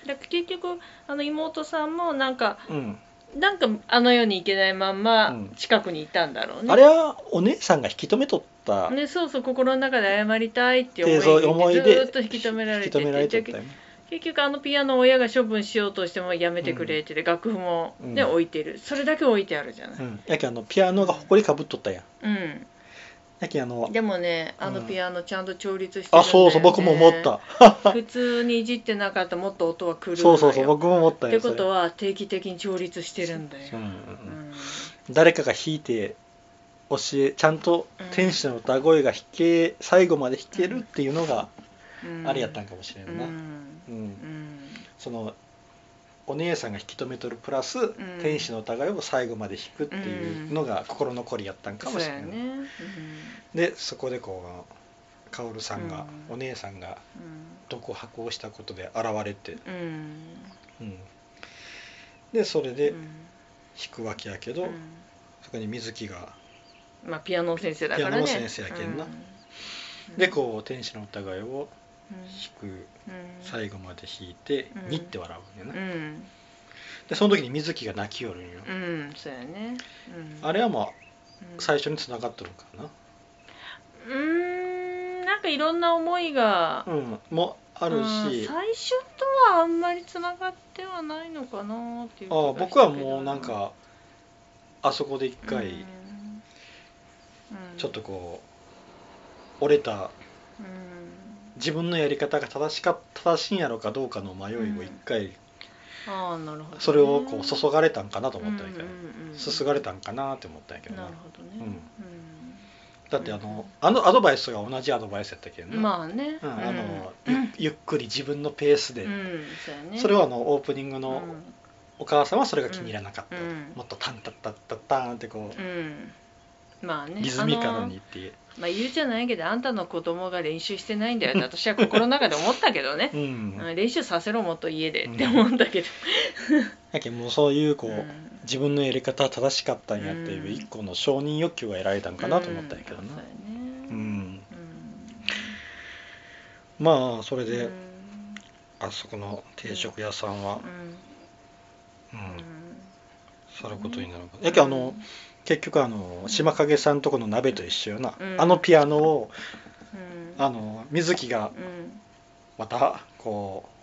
[SPEAKER 2] だから結局あの妹さんもなんか
[SPEAKER 1] うん
[SPEAKER 2] なんかあの世に行けないまんま
[SPEAKER 1] うん
[SPEAKER 2] 近くにいたんだろうね。
[SPEAKER 1] あれはお姉さんが引き止めとった
[SPEAKER 2] ね、そうそう心の中で謝りたいって
[SPEAKER 1] ってそう
[SPEAKER 2] 思
[SPEAKER 1] 思い
[SPEAKER 2] いで
[SPEAKER 1] で
[SPEAKER 2] ずーっと引き止められてて
[SPEAKER 1] 引き止められとったよね
[SPEAKER 2] 結局あのピアノを親が処分しようとしてもやめてくれって言って楽譜も、ね
[SPEAKER 1] うん
[SPEAKER 2] 置いてるそれだけ置いてあるじゃな
[SPEAKER 1] う
[SPEAKER 2] い、
[SPEAKER 1] ん、やけんあのピアノが埃かぶっとったやん
[SPEAKER 2] うん
[SPEAKER 1] やけんあの
[SPEAKER 2] でもねあの
[SPEAKER 1] うん
[SPEAKER 2] ピアノちゃんと調律してるんだよ
[SPEAKER 1] あ
[SPEAKER 2] ね
[SPEAKER 1] そうそう僕も思った、
[SPEAKER 2] 普通にいじってなかったらもっと音は狂うのよ
[SPEAKER 1] そうそうそう僕も思った
[SPEAKER 2] っ
[SPEAKER 1] よ
[SPEAKER 2] てこと
[SPEAKER 1] は、
[SPEAKER 2] は定期的に調律してるんだよ
[SPEAKER 1] それうんうん
[SPEAKER 2] う
[SPEAKER 1] うん
[SPEAKER 2] ん
[SPEAKER 1] 誰かが弾いて教えちゃんと天使の歌声が弾け最後まで弾けるっていうのが
[SPEAKER 2] うん
[SPEAKER 1] あれやったんかもしれ
[SPEAKER 2] うん
[SPEAKER 1] な、うん
[SPEAKER 2] んうん
[SPEAKER 1] そのお姉さんが引き止めとるプラス、
[SPEAKER 2] ん
[SPEAKER 1] 天使の歌声を最後まで弾くっていうのが心残りやったんかも
[SPEAKER 2] そう
[SPEAKER 1] しれ
[SPEAKER 2] や
[SPEAKER 1] ない、
[SPEAKER 2] ねうん
[SPEAKER 1] でそこでこう薫さんが、
[SPEAKER 2] うん
[SPEAKER 1] お姉さんが独白をしたことで現れて、
[SPEAKER 2] うんうん
[SPEAKER 1] うんでそれで
[SPEAKER 2] う
[SPEAKER 1] 弾
[SPEAKER 2] ん
[SPEAKER 1] くわけやけど、
[SPEAKER 2] うん
[SPEAKER 1] そこに水木が
[SPEAKER 2] まあピアノの先生だからね
[SPEAKER 1] ピアノの先生やけんな
[SPEAKER 2] うん
[SPEAKER 1] でこう天使の歌声を弾く
[SPEAKER 2] う
[SPEAKER 1] 最後まで弾いて
[SPEAKER 2] うん
[SPEAKER 1] ニッて笑うんだよ
[SPEAKER 2] んう
[SPEAKER 1] ね、
[SPEAKER 2] ん
[SPEAKER 1] でその時に水木が泣きよるんよ、
[SPEAKER 2] うんそうやね、うん、
[SPEAKER 1] あれはまあ
[SPEAKER 2] うん
[SPEAKER 1] 最初に繋がっとるんかな
[SPEAKER 2] うーんなんかいろんな思いが
[SPEAKER 1] うんもある
[SPEAKER 2] うん
[SPEAKER 1] しあ
[SPEAKER 2] 最初とはあんまりつながってはないのかなっていう気がしたけど
[SPEAKER 1] 僕はもうなんかあそこで一
[SPEAKER 2] う
[SPEAKER 1] 回
[SPEAKER 2] んうん
[SPEAKER 1] ちょっとこう折れた
[SPEAKER 2] うん
[SPEAKER 1] 自分のやり方が正しか正しいんやろかどうかの迷いを一回
[SPEAKER 2] ああなるほどね、
[SPEAKER 1] それをこう注がれたんかなと思ったんやけど
[SPEAKER 2] うんうんうん
[SPEAKER 1] すすがれたんかなって思ったんやけど
[SPEAKER 2] な
[SPEAKER 1] な
[SPEAKER 2] るほどね、
[SPEAKER 1] うん
[SPEAKER 2] うん
[SPEAKER 1] だってあのあのアドバイスが同じアドバイスやったけどね、
[SPEAKER 2] まあね、
[SPEAKER 1] うん、あのゆゆっくり自分のペース
[SPEAKER 2] う
[SPEAKER 1] で、
[SPEAKER 2] ん、うんそうやね
[SPEAKER 1] それはあのオープニングの
[SPEAKER 2] うん
[SPEAKER 1] お母さんはそれが気に入らなかった、
[SPEAKER 2] うん
[SPEAKER 1] もっとタンタッタッタッターンってこう、
[SPEAKER 2] うんまあね
[SPEAKER 1] リズミカ
[SPEAKER 2] あ
[SPEAKER 1] ル
[SPEAKER 2] の
[SPEAKER 1] にっていう、、
[SPEAKER 2] まあ言うじゃないけどあんたの子供が練習してないんだよって私は心の中で思ったけどね
[SPEAKER 1] うん
[SPEAKER 2] うん練習させろもっと家で
[SPEAKER 1] うん
[SPEAKER 2] って思ったけど、
[SPEAKER 1] やけんもうそういうこう、
[SPEAKER 2] うん
[SPEAKER 1] 自分のやり方は正しかったんやっていう
[SPEAKER 2] うん
[SPEAKER 1] 一個の承認欲求が得られたんかなと思ったんやけどな、
[SPEAKER 2] うんそうやね
[SPEAKER 1] うん
[SPEAKER 2] うん
[SPEAKER 1] まあそれで、
[SPEAKER 2] うん
[SPEAKER 1] あそこの定食屋さんは、うん
[SPEAKER 2] うん
[SPEAKER 1] さることになるかやけんあの結局あの島影さんとこの鍋と一緒よな、
[SPEAKER 2] うん
[SPEAKER 1] あのピアノを
[SPEAKER 2] うん
[SPEAKER 1] あの水木が
[SPEAKER 2] うん
[SPEAKER 1] またこう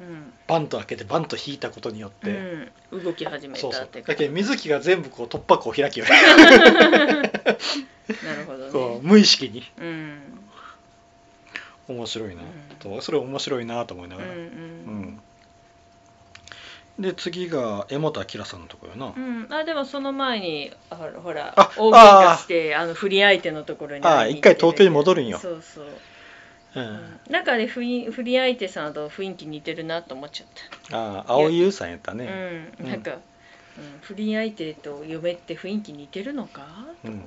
[SPEAKER 2] うん
[SPEAKER 1] バンと開けてバンと引いたことによって、
[SPEAKER 2] うん動き始め
[SPEAKER 1] そうそ
[SPEAKER 2] た
[SPEAKER 1] う
[SPEAKER 2] ってか
[SPEAKER 1] だけど水木が全部こう突破口を開きよる
[SPEAKER 2] なるほどね
[SPEAKER 1] こう無意識に
[SPEAKER 2] うん
[SPEAKER 1] 面白いな、
[SPEAKER 2] うん
[SPEAKER 1] とそれ面白いなと思いな
[SPEAKER 2] う
[SPEAKER 1] がら、うん
[SPEAKER 2] ん
[SPEAKER 1] で次が江本明さんのとこよな、
[SPEAKER 2] うんうんあでもその前にあほらほら
[SPEAKER 1] あ
[SPEAKER 2] 大喧嘩してあの不り相手のところに
[SPEAKER 1] ああ
[SPEAKER 2] 会い
[SPEAKER 1] 一
[SPEAKER 2] に行って
[SPEAKER 1] 回東京に戻るんよ、
[SPEAKER 2] そうそう
[SPEAKER 1] うん
[SPEAKER 2] うんなんかね不倫不り相手さんと雰囲気似てるなと思っちゃった
[SPEAKER 1] ああ蒼井優さんやったね、う
[SPEAKER 2] う、
[SPEAKER 1] んん
[SPEAKER 2] なんか、うん、不倫相手と嫁って雰囲気似てるのか、
[SPEAKER 1] うん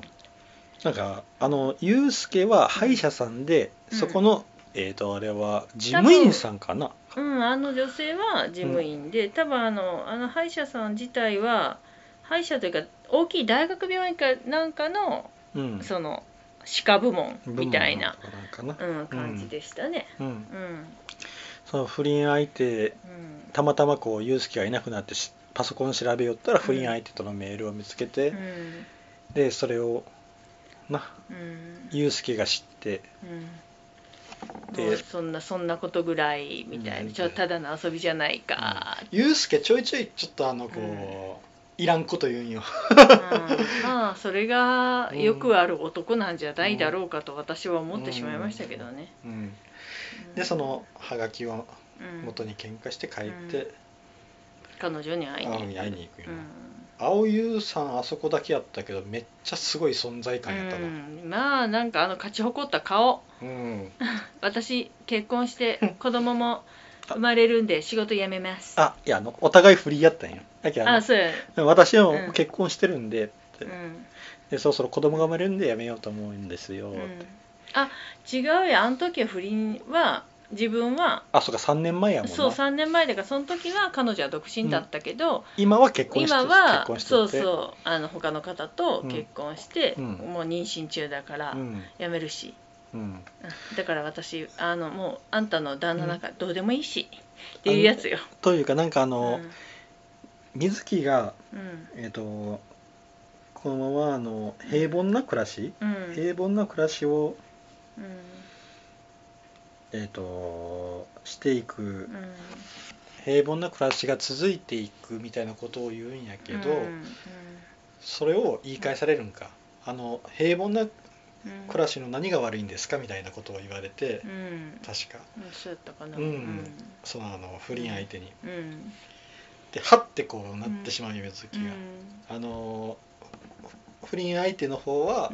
[SPEAKER 1] なんかあのユうスケは歯医者さんで、
[SPEAKER 2] うん
[SPEAKER 1] そこのえっ、とあれは事務員さんかな
[SPEAKER 2] うん、あの女性は事務員で、多分あのあの歯医者さん自体は歯医者というか大きい大学病院かなんかの、
[SPEAKER 1] うん
[SPEAKER 2] その歯科部門みたいな、
[SPEAKER 1] 部門のかなんかな
[SPEAKER 2] うん、感じでしたね。
[SPEAKER 1] うん、
[SPEAKER 2] うん、うん
[SPEAKER 1] その不倫相手たまたまこうユうスケがいなくなってしパソコン調べよったら不倫相手とのメールを見つけて、
[SPEAKER 2] うん
[SPEAKER 1] でそれをな
[SPEAKER 2] うん
[SPEAKER 1] ユうスケが知って
[SPEAKER 2] うん
[SPEAKER 1] で
[SPEAKER 2] もうそんなそんなことぐらいみたいな、
[SPEAKER 1] うん
[SPEAKER 2] ちょただの遊びじゃないか、
[SPEAKER 1] ユうスケちょいちょいちょっとあのこう、いらんこと言うんよ、
[SPEAKER 2] うんまあそれがよくある男なんじゃないだろうかと私は思ってしまいましたけどね。
[SPEAKER 1] うん、でそのハガキを
[SPEAKER 2] うん
[SPEAKER 1] 元に喧嘩して帰って、
[SPEAKER 2] 彼女に会いに
[SPEAKER 1] 青に会いに行くよ
[SPEAKER 2] う
[SPEAKER 1] なん青優さんあそこだけやったけどめっちゃすごい存在感やったな
[SPEAKER 2] うんまあなんかあの勝ち誇った顔
[SPEAKER 1] うん
[SPEAKER 2] 私結婚
[SPEAKER 1] (laughs)
[SPEAKER 2] して子供も生まれるんで仕事辞めますあ
[SPEAKER 1] あいやあのお互いフリーやったんよだけどあの
[SPEAKER 2] そうや、
[SPEAKER 1] 私はも
[SPEAKER 2] う
[SPEAKER 1] うん結婚してるんで,、
[SPEAKER 2] うん
[SPEAKER 1] でそろそろ子供が生まれるんでやめようと思うんですよ、
[SPEAKER 2] うんあ違うよあの時は不倫は自分は
[SPEAKER 1] あそうか3年前やもんな
[SPEAKER 2] そう3年前だからその時は彼女は独身だったけど、
[SPEAKER 1] 今は結婚して
[SPEAKER 2] 今は
[SPEAKER 1] 結婚してて
[SPEAKER 2] そうそうあの他の方と結婚して、
[SPEAKER 1] うん
[SPEAKER 2] もう妊娠中だから
[SPEAKER 1] うん
[SPEAKER 2] 辞めるし、
[SPEAKER 1] うん、
[SPEAKER 2] うんだから私あのもうあんたの旦那なんかどうでもいいし、っていうやつよ。
[SPEAKER 1] というかなんかあ
[SPEAKER 2] うん
[SPEAKER 1] の、水木が
[SPEAKER 2] うん
[SPEAKER 1] えっ、とこのままあの平凡な暮らし、
[SPEAKER 2] うん
[SPEAKER 1] 平凡な暮らしを、
[SPEAKER 2] うん
[SPEAKER 1] えー、としていく、
[SPEAKER 2] うん
[SPEAKER 1] 平凡な暮らしが続いていくみたいなことを言うんやけど、
[SPEAKER 2] うん
[SPEAKER 1] それを言い返されるんかあの平凡な
[SPEAKER 2] うん
[SPEAKER 1] 暮らしの何が悪いんですかみたいなことを言われて、
[SPEAKER 2] うん
[SPEAKER 1] 確か
[SPEAKER 2] うんそうやったかな
[SPEAKER 1] うんそのあの不倫相手に、
[SPEAKER 2] うんうん
[SPEAKER 1] でハッてこうなってしまうよ月
[SPEAKER 2] う
[SPEAKER 1] が、
[SPEAKER 2] ん
[SPEAKER 1] あの不倫相手の方は、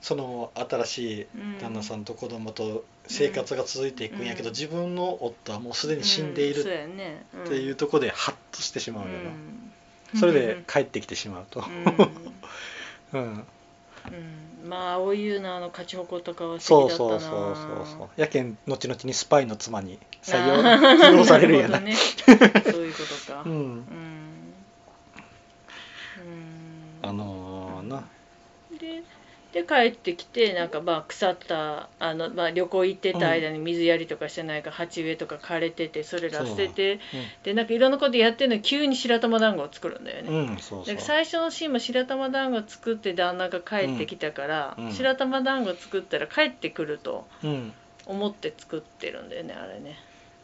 [SPEAKER 1] その新しい旦那さんと子供と生活が続いていくんやけど、
[SPEAKER 2] うん
[SPEAKER 1] 自分の夫はもうすでに死んでいる
[SPEAKER 2] うんそう
[SPEAKER 1] っ
[SPEAKER 2] やねん
[SPEAKER 1] ていうところでハッとしてしまうよな、
[SPEAKER 2] うん
[SPEAKER 1] それで帰ってきてしまうと
[SPEAKER 2] う、
[SPEAKER 1] (laughs)
[SPEAKER 2] ん
[SPEAKER 1] うん、
[SPEAKER 2] うんまあ青い優のあの勝ち誇った顔は
[SPEAKER 1] そ
[SPEAKER 2] 素敵
[SPEAKER 1] う
[SPEAKER 2] だった
[SPEAKER 1] そ
[SPEAKER 2] な
[SPEAKER 1] うそうそうそうやけん後々にスパイの妻に採用
[SPEAKER 2] あー
[SPEAKER 1] 起用されるんやな
[SPEAKER 2] なるほ
[SPEAKER 1] (laughs)
[SPEAKER 2] どね、そういうことか
[SPEAKER 1] う
[SPEAKER 2] (laughs) うん
[SPEAKER 1] ん
[SPEAKER 2] うん
[SPEAKER 1] あのー、な
[SPEAKER 2] でで帰ってきてなんかまあ腐ったあの、まあ、旅行行ってた間に水やりとかしてないから、鉢植えとか枯れててそれら捨ててでなんかいろんなことやってるのに急に白玉団子を作るんだよね。
[SPEAKER 1] うん、そうそ
[SPEAKER 2] だ
[SPEAKER 1] う
[SPEAKER 2] から最初のシーンも白玉団子作って旦那が帰ってきたから、
[SPEAKER 1] うんうん
[SPEAKER 2] 白玉団子作ったら帰ってくると
[SPEAKER 1] うん、
[SPEAKER 2] 思って作ってるんだよねあれね、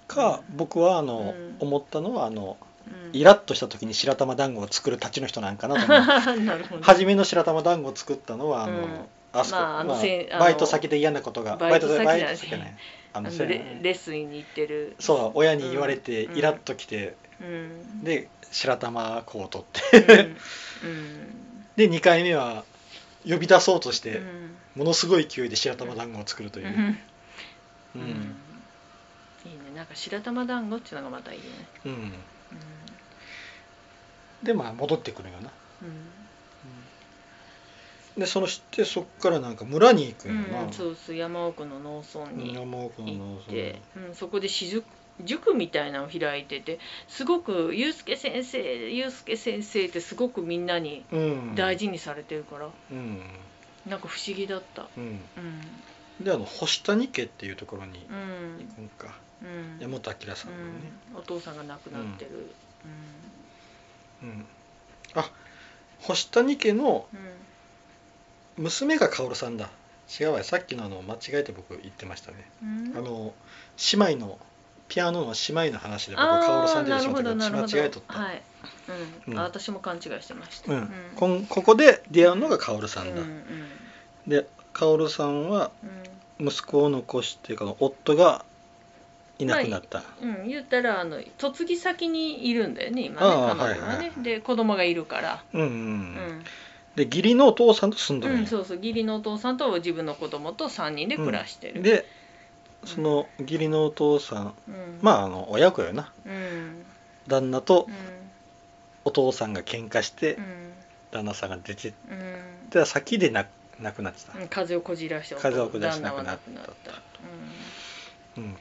[SPEAKER 1] か僕はあの、
[SPEAKER 2] うん
[SPEAKER 1] 思ったのはあの
[SPEAKER 2] うん、 (laughs)
[SPEAKER 1] イラッとした時に白玉団子を作るたちの人なんかなと思う
[SPEAKER 2] なるほど
[SPEAKER 1] 初めの白玉団子を作ったのはあの、
[SPEAKER 2] うん
[SPEAKER 1] あそこ、
[SPEAKER 2] まああのせんあの
[SPEAKER 1] バイト先で嫌なことが
[SPEAKER 2] バイト先じゃない
[SPEAKER 1] バイト先じゃないあ
[SPEAKER 2] あ
[SPEAKER 1] の
[SPEAKER 2] の
[SPEAKER 1] せん
[SPEAKER 2] レレッスンに行ってる、
[SPEAKER 1] そう親に言われて
[SPEAKER 2] うん
[SPEAKER 1] イラッときて、
[SPEAKER 2] うん、
[SPEAKER 1] で白玉こう取って
[SPEAKER 2] うんうん
[SPEAKER 1] で2回目は呼び出そうとして、
[SPEAKER 2] うん
[SPEAKER 1] ものすごい勢いで白玉団子を作るというう、
[SPEAKER 2] ん
[SPEAKER 1] う
[SPEAKER 2] うんんいいねなんか白玉団子っていうのがまたいいね
[SPEAKER 1] うん
[SPEAKER 2] うん
[SPEAKER 1] でまあ戻ってくるよな、でそのしてそっからなんか村に行く
[SPEAKER 2] うん
[SPEAKER 1] よ
[SPEAKER 2] ん
[SPEAKER 1] な、
[SPEAKER 2] うんそうそう山奥の農村に
[SPEAKER 1] 山奥の
[SPEAKER 2] 行
[SPEAKER 1] 農
[SPEAKER 2] っ
[SPEAKER 1] 村
[SPEAKER 2] て、うん、そこで私塾塾みたいなのを開いててすごく「ゆうすけ先生ゆうすけ先生」ってすごくみんなに
[SPEAKER 1] うん
[SPEAKER 2] 大事にされてるから、
[SPEAKER 1] うん
[SPEAKER 2] なんか不思議だった
[SPEAKER 1] うん
[SPEAKER 2] うん
[SPEAKER 1] であの星谷家っていうところに
[SPEAKER 2] う
[SPEAKER 1] 行
[SPEAKER 2] ん
[SPEAKER 1] くんか、
[SPEAKER 2] うん
[SPEAKER 1] 山本明さんのね、
[SPEAKER 2] うん、お父さんが亡くなってる
[SPEAKER 1] うんあ星谷家の
[SPEAKER 2] うん、うん
[SPEAKER 1] 娘が薫さんだ違うわよさっきのあの間違えて僕言ってましたね、
[SPEAKER 2] うん
[SPEAKER 1] あの姉妹のピアノの姉妹の話で僕
[SPEAKER 2] あ
[SPEAKER 1] 薫
[SPEAKER 2] ー
[SPEAKER 1] さん出てしまった
[SPEAKER 2] なる
[SPEAKER 1] から
[SPEAKER 2] ほど
[SPEAKER 1] 間違えとった、
[SPEAKER 2] はい、うん
[SPEAKER 1] うん
[SPEAKER 2] あ私も勘違いしてました、
[SPEAKER 1] うんこんここで出会うのが薫さ
[SPEAKER 2] うんん
[SPEAKER 1] だ、
[SPEAKER 2] うん
[SPEAKER 1] で薫さんは
[SPEAKER 2] う
[SPEAKER 1] 息子を残してこの夫がいなくなった、
[SPEAKER 2] んうん、言ったらあの嫁ぎ先にいるんだよね今ね彼
[SPEAKER 1] ああ
[SPEAKER 2] 女がね、
[SPEAKER 1] はいはいはい
[SPEAKER 2] で子供がいるから、
[SPEAKER 1] うんうん
[SPEAKER 2] う
[SPEAKER 1] う
[SPEAKER 2] ん
[SPEAKER 1] んで義理のお父さんと住ん
[SPEAKER 2] う
[SPEAKER 1] どるん
[SPEAKER 2] ん
[SPEAKER 1] や、
[SPEAKER 2] そうそう義理のお父さんと自分の子供と3人で暮らしてる、
[SPEAKER 1] でその義理のお父さん
[SPEAKER 2] うん、
[SPEAKER 1] まああの親子よな
[SPEAKER 2] あうん
[SPEAKER 1] 旦那と
[SPEAKER 2] うん
[SPEAKER 1] お父さんが喧嘩して
[SPEAKER 2] うん
[SPEAKER 1] 旦那さんが出てっ
[SPEAKER 2] うん
[SPEAKER 1] た先でな亡くなってた
[SPEAKER 2] うん、風をこじらして
[SPEAKER 1] 風をこじらして
[SPEAKER 2] 旦那は
[SPEAKER 1] 亡
[SPEAKER 2] 亡
[SPEAKER 1] く
[SPEAKER 2] く
[SPEAKER 1] な
[SPEAKER 2] な
[SPEAKER 1] っ
[SPEAKER 2] ったた、
[SPEAKER 1] うん
[SPEAKER 2] うん、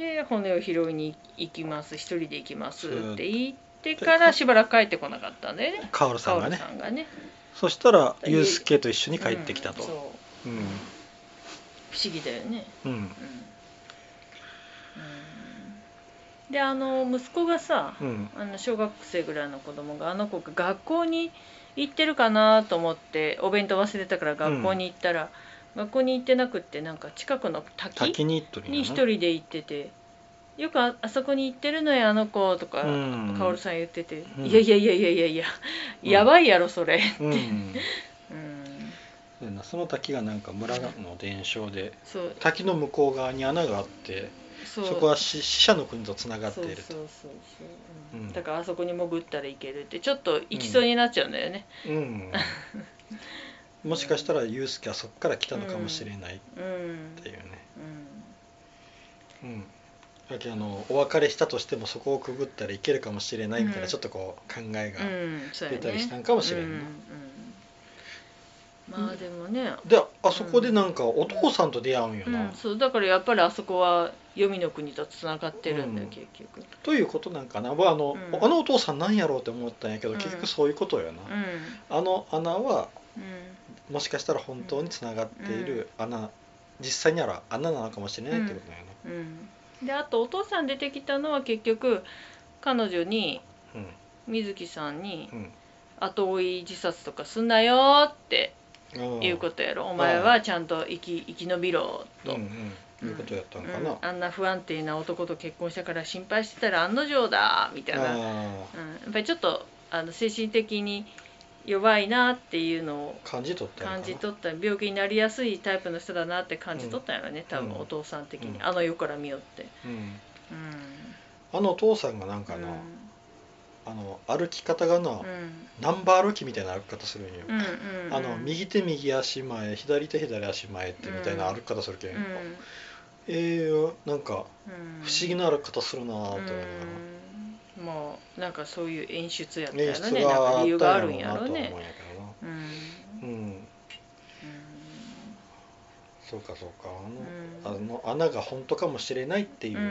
[SPEAKER 2] で骨を拾いに行きます一人で行きま
[SPEAKER 1] そ
[SPEAKER 2] す
[SPEAKER 1] う
[SPEAKER 2] って言ってからしばらく帰ってこなかったんだよね
[SPEAKER 1] 薫さんが
[SPEAKER 2] 薫
[SPEAKER 1] ね
[SPEAKER 2] さんがね
[SPEAKER 1] そしたらユースケと一緒に帰ってきた
[SPEAKER 2] うんそう
[SPEAKER 1] とうん
[SPEAKER 2] 不思議だよね、
[SPEAKER 1] うん
[SPEAKER 2] うんうんであの息子がさ、
[SPEAKER 1] うん
[SPEAKER 2] あの小学生ぐらいの子供があの子が学校に行ってるかなと思ってお弁当忘れたから学校に行ったら、学校に行ってなくってなんか近くの
[SPEAKER 1] 滝
[SPEAKER 2] 滝
[SPEAKER 1] に行っとるんや
[SPEAKER 2] に
[SPEAKER 1] な
[SPEAKER 2] 一人で行ってて「よくああそこに行ってるのよあの子」とか、
[SPEAKER 1] うん
[SPEAKER 2] 薫さん言ってて「
[SPEAKER 1] うん
[SPEAKER 2] いやいやいやいやいやいや、
[SPEAKER 1] うん
[SPEAKER 2] やばいやろそれ」
[SPEAKER 1] うん
[SPEAKER 2] うん、
[SPEAKER 1] そうやなその滝がなんか村の伝承で
[SPEAKER 2] そう
[SPEAKER 1] 滝の向こう側に穴があって
[SPEAKER 2] そう
[SPEAKER 1] そこは死死者の国とつながって
[SPEAKER 2] そう
[SPEAKER 1] いる
[SPEAKER 2] そ
[SPEAKER 1] と
[SPEAKER 2] うそうそう、う
[SPEAKER 1] うん
[SPEAKER 2] ん、だからあそこに潜ったらいけるってちょっと行きそうになっちゃうんだよね
[SPEAKER 1] うん
[SPEAKER 2] (laughs)
[SPEAKER 1] もしかしたらユースケはそこから来たのかもしれない
[SPEAKER 2] うん、うん
[SPEAKER 1] っていうねうんだけどあのお別れしたとしてもそこをくぐったらいけるかもしれないみたいな、
[SPEAKER 2] うん
[SPEAKER 1] ちょっとこう考えが、
[SPEAKER 2] うんそうやね
[SPEAKER 1] 出たりしたんかもしれんな
[SPEAKER 2] うんうんまあでもね、
[SPEAKER 1] であそこでなんかお父さんと出会うんよ
[SPEAKER 2] うん
[SPEAKER 1] な、
[SPEAKER 2] そうだからやっぱりあそこは黄泉の国とつながってるんだよ、
[SPEAKER 1] うん
[SPEAKER 2] 結局、
[SPEAKER 1] ということなんかな僕はあの、
[SPEAKER 2] うん
[SPEAKER 1] あのお父さんなんやろうって思ったんやけど
[SPEAKER 2] うん
[SPEAKER 1] 結局そういうことよな、
[SPEAKER 2] うん
[SPEAKER 1] あの穴は
[SPEAKER 2] う
[SPEAKER 1] もしかしたら本当につながっている穴、実際にある穴なのかもしれないってことだよ
[SPEAKER 2] んうん、であとお父さん出てきたのは結局彼女に
[SPEAKER 1] な
[SPEAKER 2] 水木さんに
[SPEAKER 1] うん
[SPEAKER 2] 後追い自殺とかすんなよーって
[SPEAKER 1] うん
[SPEAKER 2] いうことやろお前はちゃんと生き生き延びろ
[SPEAKER 1] うん
[SPEAKER 2] と、
[SPEAKER 1] うんうんいうことやったのかな、
[SPEAKER 2] うんあんな不安定な男と結婚したから心配してたら案の定だみたいな、うん、や
[SPEAKER 1] ああ
[SPEAKER 2] っぱりちょっとあの精神的に弱いなっていうのを
[SPEAKER 1] 感じ取ったのかな
[SPEAKER 2] 感じ取った病気になりやすいタイプの人だなって感じ取ったんやろね、多
[SPEAKER 1] うん
[SPEAKER 2] 分お父さん的に、
[SPEAKER 1] うん
[SPEAKER 2] あの世から見よって。
[SPEAKER 1] うん
[SPEAKER 2] うん
[SPEAKER 1] あのお父さんがなんかな、あの歩き方がな、
[SPEAKER 2] うんうん
[SPEAKER 1] ナンバー歩きみたいな歩き方するんよ、
[SPEAKER 2] うんうんうん
[SPEAKER 1] あの右手右足前左手左足前ってみたいな歩き方するけん、
[SPEAKER 2] うん
[SPEAKER 1] ええー、なんか
[SPEAKER 2] うん
[SPEAKER 1] 不思議な歩き方するなぁと思いながら、
[SPEAKER 2] うんもうなんかそういう演出やったや
[SPEAKER 1] 演
[SPEAKER 2] ろ
[SPEAKER 1] 出
[SPEAKER 2] ね
[SPEAKER 1] が
[SPEAKER 2] なん
[SPEAKER 1] あ
[SPEAKER 2] か
[SPEAKER 1] っ
[SPEAKER 2] 理由があ
[SPEAKER 1] た
[SPEAKER 2] る
[SPEAKER 1] ん
[SPEAKER 2] ん
[SPEAKER 1] や
[SPEAKER 2] や
[SPEAKER 1] ろうなと
[SPEAKER 2] ろ
[SPEAKER 1] は思うんや
[SPEAKER 2] ね
[SPEAKER 1] け
[SPEAKER 2] うん
[SPEAKER 1] どなうんそうかそうかあの,、
[SPEAKER 2] う
[SPEAKER 1] あの穴が本当かもしれないっていうう、
[SPEAKER 2] んうん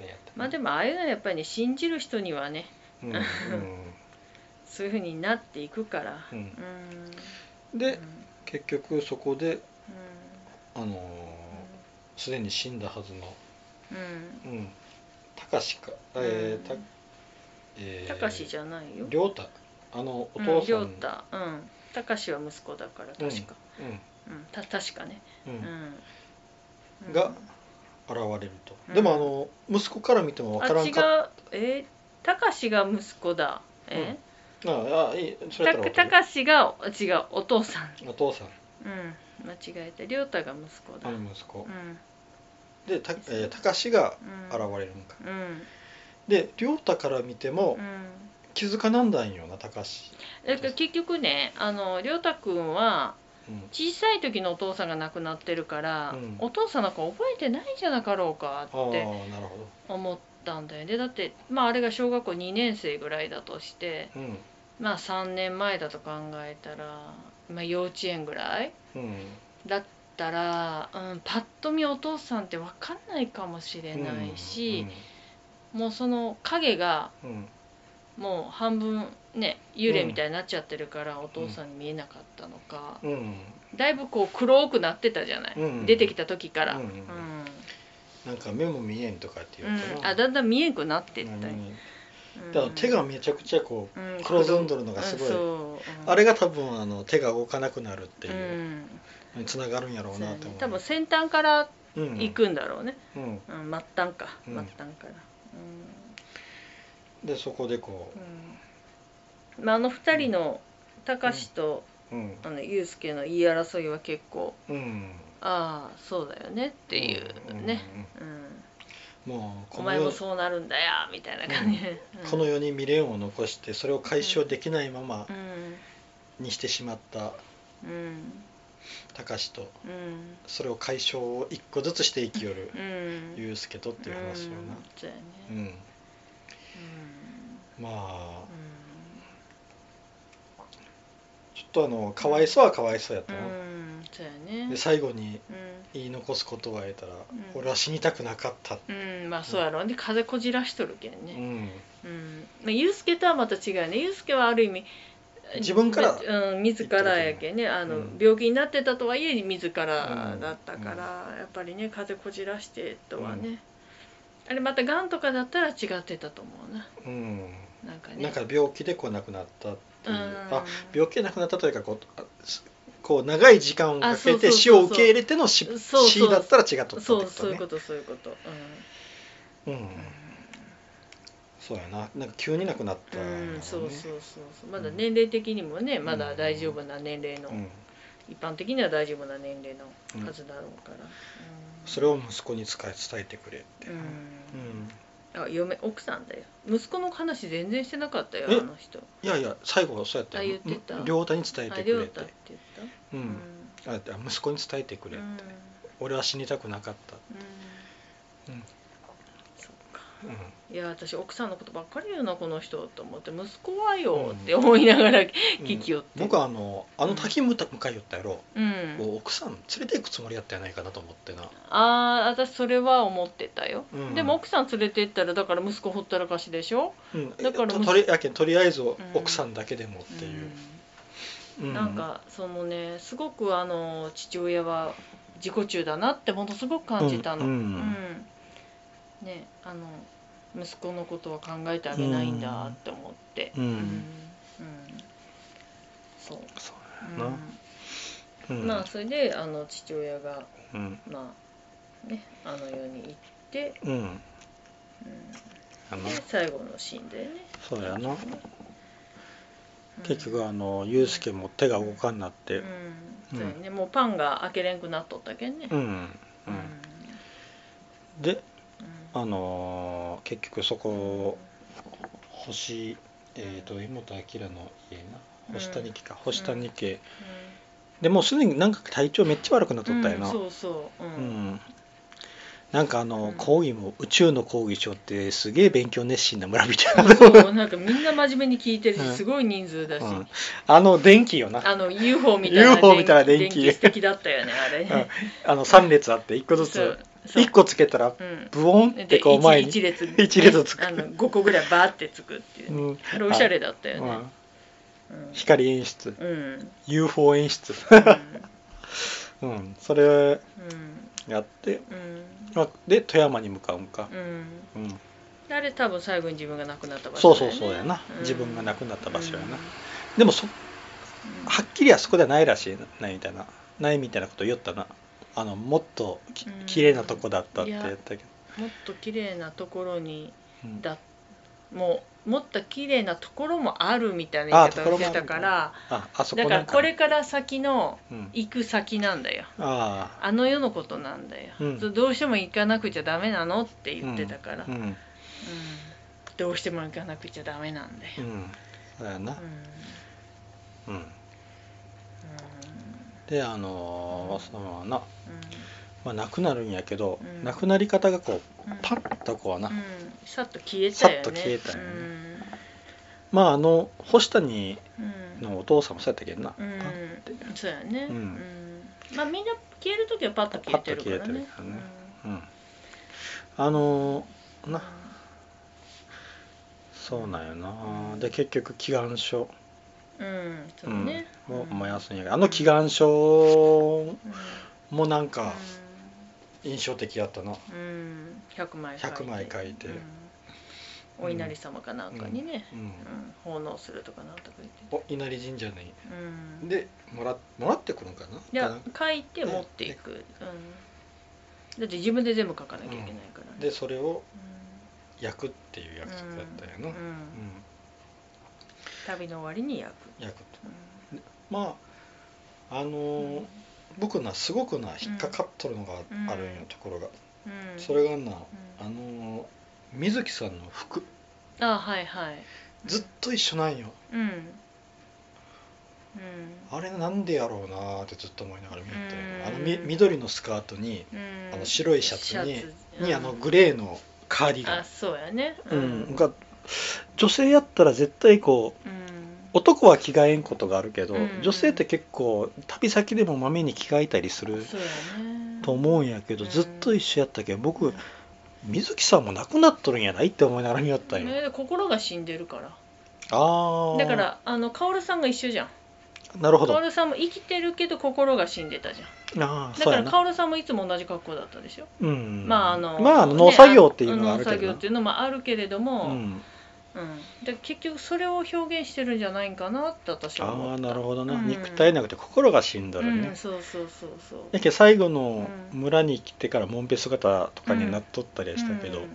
[SPEAKER 1] あれやったね
[SPEAKER 2] まあでもああいうのはやっぱりね信じる人にはね
[SPEAKER 1] うんうん
[SPEAKER 2] そういうふうになっていくから
[SPEAKER 1] う
[SPEAKER 2] (laughs) うんん
[SPEAKER 1] で結局そこで
[SPEAKER 2] うん
[SPEAKER 1] あのーすでに死んだはずの
[SPEAKER 2] うん
[SPEAKER 1] うん高しかえーた
[SPEAKER 2] うん
[SPEAKER 1] えー
[SPEAKER 2] たかしじゃないよ
[SPEAKER 1] 亮太あのお
[SPEAKER 2] うん
[SPEAKER 1] 父さん
[SPEAKER 2] 亮太うんたかしは息子だから確かうんた確かね
[SPEAKER 1] うん
[SPEAKER 2] う
[SPEAKER 1] うん
[SPEAKER 2] ん
[SPEAKER 1] が現れると、
[SPEAKER 2] うん
[SPEAKER 1] でもあの息子から見てもわからんかっ
[SPEAKER 2] あ違うえーたかしが息子だえ
[SPEAKER 1] たああいいそれやったた
[SPEAKER 2] た
[SPEAKER 1] ら
[SPEAKER 2] かしが違うお父さん
[SPEAKER 1] お父さん
[SPEAKER 2] うん間違えた亮太が息子だ
[SPEAKER 1] あ
[SPEAKER 2] うん
[SPEAKER 1] の息子
[SPEAKER 2] う、ん
[SPEAKER 1] でたえー、高志が現
[SPEAKER 2] うん
[SPEAKER 1] れるんか、
[SPEAKER 2] うん
[SPEAKER 1] で亮太から見ても
[SPEAKER 2] うん
[SPEAKER 1] 気づかなんだんよな高志、
[SPEAKER 2] だから結局ねあの亮太くんは
[SPEAKER 1] うん
[SPEAKER 2] 小さい時のお父さんが亡くなってるから、
[SPEAKER 1] うん
[SPEAKER 2] お父さんなんか覚えてないんじゃなかろうか
[SPEAKER 1] ああ
[SPEAKER 2] って
[SPEAKER 1] なるほ
[SPEAKER 2] 思ったんだよねだって、まあ、あれが小学校2年生ぐらいだとして、
[SPEAKER 1] どうん
[SPEAKER 2] まあ、3年前だと考えたら、まあ、幼稚園ぐらい
[SPEAKER 1] うん
[SPEAKER 2] だったら、うん、パッと見お父さんって分かんないかもしれないし、もうその影が
[SPEAKER 1] うんうん
[SPEAKER 2] もう半分ね幽霊みたいになっちゃってるから、お父さんに見えなかったのか。
[SPEAKER 1] うんうん
[SPEAKER 2] だいぶこう黒くなってたじゃない、
[SPEAKER 1] うん
[SPEAKER 2] 出てきた時から、
[SPEAKER 1] う
[SPEAKER 2] うんん
[SPEAKER 1] なんか目も見えんとかって言う
[SPEAKER 2] うん
[SPEAKER 1] な
[SPEAKER 2] あだんだん見えんくなってったよ、
[SPEAKER 1] 何
[SPEAKER 2] うん
[SPEAKER 1] だから手がめちゃくちゃこう
[SPEAKER 2] うん
[SPEAKER 1] 黒ずんどるのがすごい
[SPEAKER 2] うんそううん
[SPEAKER 1] あれが多分あの手が動かなくなるって
[SPEAKER 2] う
[SPEAKER 1] いう、
[SPEAKER 2] ん
[SPEAKER 1] につながるんやろう
[SPEAKER 2] そうや
[SPEAKER 1] な
[SPEAKER 2] ね
[SPEAKER 1] と思う
[SPEAKER 2] 多分先端から
[SPEAKER 1] うん
[SPEAKER 2] 行くんだろうね、
[SPEAKER 1] うん
[SPEAKER 2] うん末端か
[SPEAKER 1] う
[SPEAKER 2] 末
[SPEAKER 1] ん
[SPEAKER 2] 端から、
[SPEAKER 1] でそこでこ
[SPEAKER 2] うんうんまあ、あの二人の貴司と、
[SPEAKER 1] ううん
[SPEAKER 2] あの祐介の言い争いは結構
[SPEAKER 1] うん
[SPEAKER 2] ああそうだよねっていうね、うん
[SPEAKER 1] うんうんうんもう
[SPEAKER 2] お
[SPEAKER 1] この
[SPEAKER 2] 前も
[SPEAKER 1] 世
[SPEAKER 2] そうなるんだよみたいな感じ、うん
[SPEAKER 1] この世に未練を残してそれを解消できないまま
[SPEAKER 2] うん
[SPEAKER 1] にしてしまった
[SPEAKER 2] うん
[SPEAKER 1] 貴司と
[SPEAKER 2] うん
[SPEAKER 1] それを解消を一個ずつして生きよる
[SPEAKER 2] うん
[SPEAKER 1] 祐介とっていう話よ
[SPEAKER 2] うん
[SPEAKER 1] な、
[SPEAKER 2] そうやね
[SPEAKER 1] うんまあ
[SPEAKER 2] う
[SPEAKER 1] ちょっとあのかわいそうはかわいそうやった
[SPEAKER 2] ん
[SPEAKER 1] な、
[SPEAKER 2] うんそうやね
[SPEAKER 1] で最後に
[SPEAKER 2] う
[SPEAKER 1] 言い残す言葉を得たら、
[SPEAKER 2] ん
[SPEAKER 1] 俺は死にたくなかったって、
[SPEAKER 2] んうんまあそうやろで風こじらしとるけん
[SPEAKER 1] う
[SPEAKER 2] ね
[SPEAKER 1] ん、
[SPEAKER 2] うんまあユースケとはまた違うねユースケはある意味
[SPEAKER 1] 自分から
[SPEAKER 2] うん自らやけんねあ
[SPEAKER 1] う
[SPEAKER 2] の
[SPEAKER 1] ん
[SPEAKER 2] 病気になってたとはいえ自らだったからやっぱりね風こじらしてとはねあれまたがんとかだったら違ってたと思うな
[SPEAKER 1] うん、
[SPEAKER 2] なんかね
[SPEAKER 1] なんか病気でこう亡くなったっていう、
[SPEAKER 2] うん
[SPEAKER 1] あ病気で亡くなったというかこうあすこう長い時間をかけて
[SPEAKER 2] あそうそうそうそう
[SPEAKER 1] 死を受け入れての死
[SPEAKER 2] そうそう
[SPEAKER 1] 死だったら違っとったって
[SPEAKER 2] そ
[SPEAKER 1] こ
[SPEAKER 2] うそ
[SPEAKER 1] と
[SPEAKER 2] ういう
[SPEAKER 1] ね
[SPEAKER 2] ことそういうこと
[SPEAKER 1] うんそうやななんか急に亡くなった
[SPEAKER 2] うん
[SPEAKER 1] やろね、
[SPEAKER 2] うんそうそうそうそうまだ年齢的にもねまだ大丈夫な年齢の
[SPEAKER 1] うん
[SPEAKER 2] 一般的には大丈夫な年齢のはずだろうから
[SPEAKER 1] それを息子に伝え伝えてくれって、
[SPEAKER 2] うんあ嫁奥さんだよ息子の話全然してなかったよ
[SPEAKER 1] え
[SPEAKER 2] あの人
[SPEAKER 1] いやいや最後はそうやったよ
[SPEAKER 2] あ言ってた
[SPEAKER 1] ん両太に伝え
[SPEAKER 2] あ
[SPEAKER 1] てく
[SPEAKER 2] 亮
[SPEAKER 1] れ
[SPEAKER 2] 太
[SPEAKER 1] て
[SPEAKER 2] って言った
[SPEAKER 1] うん
[SPEAKER 2] うん
[SPEAKER 1] ああ息子に伝えてくれ
[SPEAKER 2] う
[SPEAKER 1] って、
[SPEAKER 2] ん
[SPEAKER 1] 俺は死にたくなかった、うん
[SPEAKER 2] そっか
[SPEAKER 1] うん
[SPEAKER 2] いや私奥さんのことばっかり言うなこの人と思って息子はよって思いながら聞きよって
[SPEAKER 1] 僕はあのあの滝向かいよったやろ、
[SPEAKER 2] うん
[SPEAKER 1] こう奥さん連れて行くつもりやったやないかなと思ってな
[SPEAKER 2] ああ私それは思ってたよ、
[SPEAKER 1] うん
[SPEAKER 2] でも奥さん連れて行ったらだから息子ほったらかしでしょ
[SPEAKER 1] うん、
[SPEAKER 2] だから
[SPEAKER 1] と
[SPEAKER 2] もし
[SPEAKER 1] とりやけんとりあえず奥さんだけでもっていう、う
[SPEAKER 2] なんかそのねすごくあの父親は自己中だなってものすごく感じたの
[SPEAKER 1] う
[SPEAKER 2] うんん、
[SPEAKER 1] うん
[SPEAKER 2] ねあの息子のことは考えてあげないんだって思って
[SPEAKER 1] うん
[SPEAKER 2] うんうんそう、
[SPEAKER 1] そう
[SPEAKER 2] うん
[SPEAKER 1] なうん
[SPEAKER 2] まあそれであの父親が
[SPEAKER 1] うん
[SPEAKER 2] まあねあの世に行って、
[SPEAKER 1] うん
[SPEAKER 2] うん
[SPEAKER 1] あの
[SPEAKER 2] で最後のシーンでね
[SPEAKER 1] そうやな
[SPEAKER 2] うん
[SPEAKER 1] 結局あのユウスケも手が動かんなっ
[SPEAKER 2] う
[SPEAKER 1] て
[SPEAKER 2] ん、そうやねもうパンが開けれんくなっとったけんね
[SPEAKER 1] うんうんで
[SPEAKER 2] うん
[SPEAKER 1] あのー結局そこ星えっ、と江本明の家な星谷家か、星谷家、でもうすでになんか体調めっちゃ悪くなっとったよな、
[SPEAKER 2] うんそうそううん、
[SPEAKER 1] うんなんかあの、
[SPEAKER 2] うん
[SPEAKER 1] 講義も宇宙の講義書ってすげえ勉強熱心な村みたいな、
[SPEAKER 2] そうなんかみんな真面目に聞いてる
[SPEAKER 1] うん
[SPEAKER 2] しすごい人数だし、
[SPEAKER 1] うんあの電気よな
[SPEAKER 2] あの UFO みたいな
[SPEAKER 1] UFO みたいな電気
[SPEAKER 2] 電気素敵だったよねあれね、
[SPEAKER 1] あの3列あって1個ず
[SPEAKER 2] そ
[SPEAKER 1] つ
[SPEAKER 2] うそう
[SPEAKER 1] 1個つけたら
[SPEAKER 2] うん
[SPEAKER 1] ブオンっ
[SPEAKER 2] で
[SPEAKER 1] てこう前に
[SPEAKER 2] 一列
[SPEAKER 1] 一列つく
[SPEAKER 2] あの5個ぐらいバーってつくっていうう、
[SPEAKER 1] ん
[SPEAKER 2] あれおしゃれだったよね、
[SPEAKER 1] うん
[SPEAKER 2] うん
[SPEAKER 1] 光演出
[SPEAKER 2] うん
[SPEAKER 1] UFO 演出うんそれ
[SPEAKER 2] うん
[SPEAKER 1] やって
[SPEAKER 2] うん
[SPEAKER 1] まあで富山に向かうんか、
[SPEAKER 2] うん
[SPEAKER 1] うん、
[SPEAKER 2] あれ多分最後に自分が亡くなった場
[SPEAKER 1] そ
[SPEAKER 2] 所
[SPEAKER 1] うそうそうやな、自分が亡くなった場所やな、でもそ
[SPEAKER 2] うん
[SPEAKER 1] はっきりはそこではないらしいないみたいなないみたいなこと言ったなあのもっとき
[SPEAKER 2] うん
[SPEAKER 1] 綺麗なとこだったって
[SPEAKER 2] い
[SPEAKER 1] 言
[SPEAKER 2] や
[SPEAKER 1] ったけど、
[SPEAKER 2] もっと綺麗なところに
[SPEAKER 1] うん
[SPEAKER 2] だもうもっと綺麗なところもあるみたい
[SPEAKER 1] あ
[SPEAKER 2] な
[SPEAKER 1] あ
[SPEAKER 2] 言い
[SPEAKER 1] ところ
[SPEAKER 2] 方を
[SPEAKER 1] も
[SPEAKER 2] し
[SPEAKER 1] あ
[SPEAKER 2] て
[SPEAKER 1] る
[SPEAKER 2] たから
[SPEAKER 1] ああそこ
[SPEAKER 2] だ
[SPEAKER 1] なんか
[SPEAKER 2] か
[SPEAKER 1] ら
[SPEAKER 2] これから先の
[SPEAKER 1] うん、
[SPEAKER 2] 行く先なんだよ
[SPEAKER 1] あ
[SPEAKER 2] あの世のことなんだよ、
[SPEAKER 1] うん
[SPEAKER 2] どどうしても行かなくちゃダメなのって
[SPEAKER 1] あ
[SPEAKER 2] 言ってたから、
[SPEAKER 1] う
[SPEAKER 2] うん
[SPEAKER 1] ん
[SPEAKER 2] どうしても行かなくちゃダメなんだよ、
[SPEAKER 1] うん、うんそうやな
[SPEAKER 2] うん
[SPEAKER 1] うん、であのーそのままな、まあ、なくなるんやけど、
[SPEAKER 2] うん
[SPEAKER 1] なくなり方がこう
[SPEAKER 2] うん
[SPEAKER 1] パッとこうな、
[SPEAKER 2] うんうんさっと消えたよね
[SPEAKER 1] さっと消えたよねまああの星谷
[SPEAKER 2] うんうん
[SPEAKER 1] のお父さんもそうやったけどな、
[SPEAKER 2] うん
[SPEAKER 1] パッ
[SPEAKER 2] そうやね、
[SPEAKER 1] うん
[SPEAKER 2] うんまあみんな消える時はパッと消えてるから
[SPEAKER 1] パッと消えて
[SPEAKER 2] ね
[SPEAKER 1] るからねうん、あのー
[SPEAKER 2] うん
[SPEAKER 1] なそうなんよな、で結局祈願書
[SPEAKER 2] うんそうね、
[SPEAKER 1] うん、もう
[SPEAKER 2] うん
[SPEAKER 1] 燃やすんやけどあの祈願書
[SPEAKER 2] うん
[SPEAKER 1] もなんか印象的やったな、
[SPEAKER 2] うんうん100枚書いて
[SPEAKER 1] 100枚書いて
[SPEAKER 2] うんお稲荷様かなんかにね、
[SPEAKER 1] うん
[SPEAKER 2] うん奉納するとかなんとか言って
[SPEAKER 1] お稲荷神社に
[SPEAKER 2] うん
[SPEAKER 1] でもらもらってくるんかないか
[SPEAKER 2] や
[SPEAKER 1] な
[SPEAKER 2] 書いて持っていく、うん、だって自分で全部書かなきゃいけないからね
[SPEAKER 1] でそれを焼くっていう約束やったんやな、
[SPEAKER 2] うん
[SPEAKER 1] うん
[SPEAKER 2] 旅の終わりに焼く、
[SPEAKER 1] 焼くと
[SPEAKER 2] うん
[SPEAKER 1] まああのー
[SPEAKER 2] うん
[SPEAKER 1] 僕なすごくな引っかかっとるのがあるんよ、
[SPEAKER 2] うん
[SPEAKER 1] ところが
[SPEAKER 2] うん
[SPEAKER 1] それがな、
[SPEAKER 2] うん
[SPEAKER 1] あのー水木さんの服
[SPEAKER 2] あはいはい
[SPEAKER 1] ずっと一緒なんよ、
[SPEAKER 2] うんうん
[SPEAKER 1] あれなんでやろうなーってずっと思いながら見て
[SPEAKER 2] うん
[SPEAKER 1] あのみ緑のスカートに
[SPEAKER 2] うん
[SPEAKER 1] あの白いシャツに
[SPEAKER 2] シャツ
[SPEAKER 1] にあの
[SPEAKER 2] うん
[SPEAKER 1] グレーのカーディガ
[SPEAKER 2] あそうやね
[SPEAKER 1] ン、うん、が女性やったら絶対こう
[SPEAKER 2] うん
[SPEAKER 1] 男は着替えんことがあるけど、
[SPEAKER 2] うん
[SPEAKER 1] 女性って結構旅先でもまめに着替えたりする
[SPEAKER 2] そうやね
[SPEAKER 1] と思うんやけど、
[SPEAKER 2] うん
[SPEAKER 1] ずっと一緒やったけど僕水木さんも亡くなっとるんやないって思いながら見よったんよ、
[SPEAKER 2] ね心が死んでるから
[SPEAKER 1] ああ
[SPEAKER 2] だからあの薫さんが一緒じゃん
[SPEAKER 1] なるほどあ
[SPEAKER 2] 薫さんも生きてるけど心が死んでたじゃん
[SPEAKER 1] あー
[SPEAKER 2] だ
[SPEAKER 1] そう
[SPEAKER 2] か
[SPEAKER 1] や
[SPEAKER 2] ら
[SPEAKER 1] な
[SPEAKER 2] 薫さんもいつも同じ格好だったでしょ、
[SPEAKER 1] うん
[SPEAKER 2] まああの
[SPEAKER 1] まああの
[SPEAKER 2] ね
[SPEAKER 1] 農作業っていうのはあるけ
[SPEAKER 2] 農
[SPEAKER 1] ど
[SPEAKER 2] 作業
[SPEAKER 1] な
[SPEAKER 2] っていうのもあるけれど
[SPEAKER 1] う
[SPEAKER 2] も、うん
[SPEAKER 1] ん
[SPEAKER 2] で結局それを表現してるんじゃないんかなって私は
[SPEAKER 1] あ
[SPEAKER 2] 思
[SPEAKER 1] あ
[SPEAKER 2] った
[SPEAKER 1] なるほどな、
[SPEAKER 2] うん
[SPEAKER 1] 肉体なくて心が死んだらね、
[SPEAKER 2] うん、そうそうそうそう
[SPEAKER 1] やけ最後の
[SPEAKER 2] うん
[SPEAKER 1] 村に来てからもんべ姿とかになっとったりはしたけど、
[SPEAKER 2] うんうん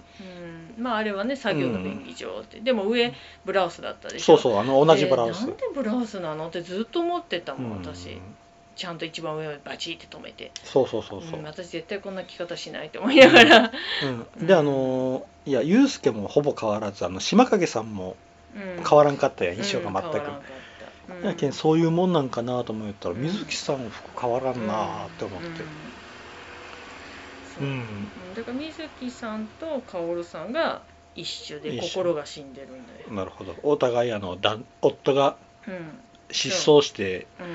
[SPEAKER 2] まああれはね作業の便宜上って、でも上ブラウスだったでし
[SPEAKER 1] そ
[SPEAKER 2] ょ
[SPEAKER 1] うそうあの同じブラウス、
[SPEAKER 2] でなんでブラウスなのってずっと思ってたもん
[SPEAKER 1] うん
[SPEAKER 2] 私、ちゃんと一番上をバチって止めて
[SPEAKER 1] そうそうそうそう
[SPEAKER 2] うん、私絶対こんな着方しないと思いながら、
[SPEAKER 1] うん、であのーいやユうスケもほぼ変わらずあの島影さんも
[SPEAKER 2] うん、
[SPEAKER 1] 変わらんかったやん
[SPEAKER 2] うん
[SPEAKER 1] 印象が全く、
[SPEAKER 2] 変わらんかったうん
[SPEAKER 1] やけんそういうもんなんかなと思ったら、
[SPEAKER 2] うん
[SPEAKER 1] 水木さん服変わらんなーって思って
[SPEAKER 2] う
[SPEAKER 1] うんん、
[SPEAKER 2] うんそうだから水木さんと薫さんが一緒で
[SPEAKER 1] 一緒
[SPEAKER 2] 心が死んでるんだよ、
[SPEAKER 1] なるほどお互いあのだ夫が
[SPEAKER 2] うん
[SPEAKER 1] 失踪して
[SPEAKER 2] うん、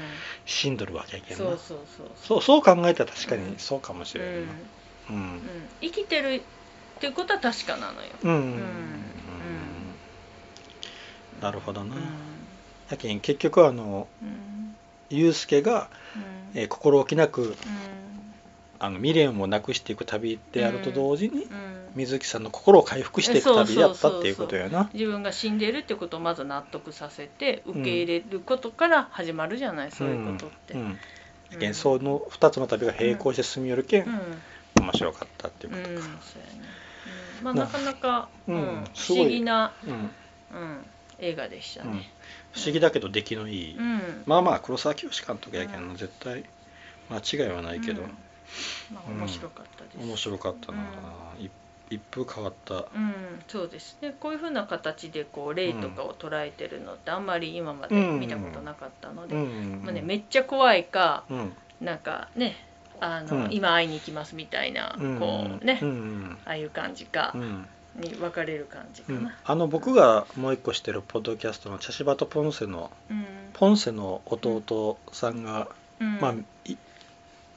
[SPEAKER 1] 死んどるわけやけん
[SPEAKER 2] そ
[SPEAKER 1] な
[SPEAKER 2] うそうそうそう
[SPEAKER 1] そうそう考えたら確かにそうかもし
[SPEAKER 2] う
[SPEAKER 1] れ
[SPEAKER 2] ん
[SPEAKER 1] な
[SPEAKER 2] う
[SPEAKER 1] い
[SPEAKER 2] ん
[SPEAKER 1] な、うん
[SPEAKER 2] 生きてるっていうことは確かなのよ、
[SPEAKER 1] うん
[SPEAKER 2] ん
[SPEAKER 1] なるほど
[SPEAKER 2] うん
[SPEAKER 1] な、やけん結局あの
[SPEAKER 2] うん
[SPEAKER 1] ユうスケが、
[SPEAKER 2] うん
[SPEAKER 1] えー心置きなく
[SPEAKER 2] うん
[SPEAKER 1] あの未練をなくしていく旅ってやると同時に、
[SPEAKER 2] うん
[SPEAKER 1] 水木さんの心を回復していく旅やったっていうことやな
[SPEAKER 2] 自分が死んでるってことをまず納得させて受け入れることから始まるじゃない、そういうことって、
[SPEAKER 1] うん
[SPEAKER 2] う
[SPEAKER 1] うんんやけんその2つの旅が並行して進み寄るけん、
[SPEAKER 2] うん
[SPEAKER 1] 面白かったっていう
[SPEAKER 2] う
[SPEAKER 1] こ
[SPEAKER 2] ん、
[SPEAKER 1] と
[SPEAKER 2] そうやね
[SPEAKER 1] か、。
[SPEAKER 2] うん、まあ
[SPEAKER 1] な
[SPEAKER 2] なかなか、
[SPEAKER 1] う
[SPEAKER 2] うんん
[SPEAKER 1] す
[SPEAKER 2] 不
[SPEAKER 1] ごい
[SPEAKER 2] 思議な、
[SPEAKER 1] うん
[SPEAKER 2] うん、映画でした
[SPEAKER 1] うん
[SPEAKER 2] ね。
[SPEAKER 1] 不思議だけど出来のいい、
[SPEAKER 2] うん、
[SPEAKER 1] まあまあ黒沢清監督やけん
[SPEAKER 2] う
[SPEAKER 1] なん絶対間違いはないけど、
[SPEAKER 2] うんまあ面白かったです。
[SPEAKER 1] 面白かったな、い一風変わった
[SPEAKER 2] うん、そうですね。こういう風な形でこう例とかを捉えてるのってあんまり今まで見たことなかったので、
[SPEAKER 1] うん
[SPEAKER 2] まあねめっちゃ怖いか
[SPEAKER 1] うん
[SPEAKER 2] なんかね、あの、
[SPEAKER 1] うん
[SPEAKER 2] 今会いに行きますみたいな、
[SPEAKER 1] うん
[SPEAKER 2] こうね、
[SPEAKER 1] うん
[SPEAKER 2] ああいう感じか
[SPEAKER 1] う、ん
[SPEAKER 2] に分かれる感じ
[SPEAKER 1] う
[SPEAKER 2] か
[SPEAKER 1] ん
[SPEAKER 2] な。
[SPEAKER 1] あの僕がもう一個してるポッドキャストの茶柴とポンセの
[SPEAKER 2] うん、
[SPEAKER 1] ポンセの弟さんが、
[SPEAKER 2] うん
[SPEAKER 1] まあい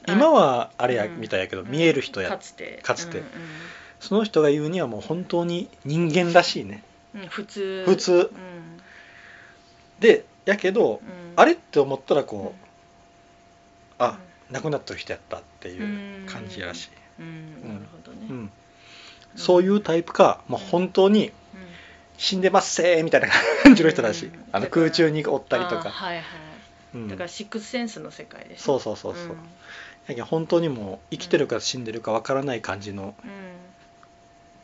[SPEAKER 1] 今はあれや
[SPEAKER 2] うん
[SPEAKER 1] みたいやけど、見える人
[SPEAKER 2] か
[SPEAKER 1] や
[SPEAKER 2] つて
[SPEAKER 1] かつて
[SPEAKER 2] うん
[SPEAKER 1] その人が言うにはもう本当に人間らしいね
[SPEAKER 2] うんうん普通
[SPEAKER 1] 普通
[SPEAKER 2] うん
[SPEAKER 1] でやけど
[SPEAKER 2] うん
[SPEAKER 1] あれって思ったら
[SPEAKER 2] うん
[SPEAKER 1] こうあ亡くなった人やったっていう感じらし
[SPEAKER 2] うんなるほどね
[SPEAKER 1] い、うんそういうタイプかもう本当に
[SPEAKER 2] うん
[SPEAKER 1] 死んでますせーみたいな感じの人らしい
[SPEAKER 2] うん
[SPEAKER 1] あの空中におったりと
[SPEAKER 2] あー
[SPEAKER 1] か、
[SPEAKER 2] はいはい
[SPEAKER 1] うん
[SPEAKER 2] だからシックスセンスの世界です
[SPEAKER 1] そううそうそうそう、
[SPEAKER 2] ん
[SPEAKER 1] やけん本当にもう生きてるか死んでるかわからない感じの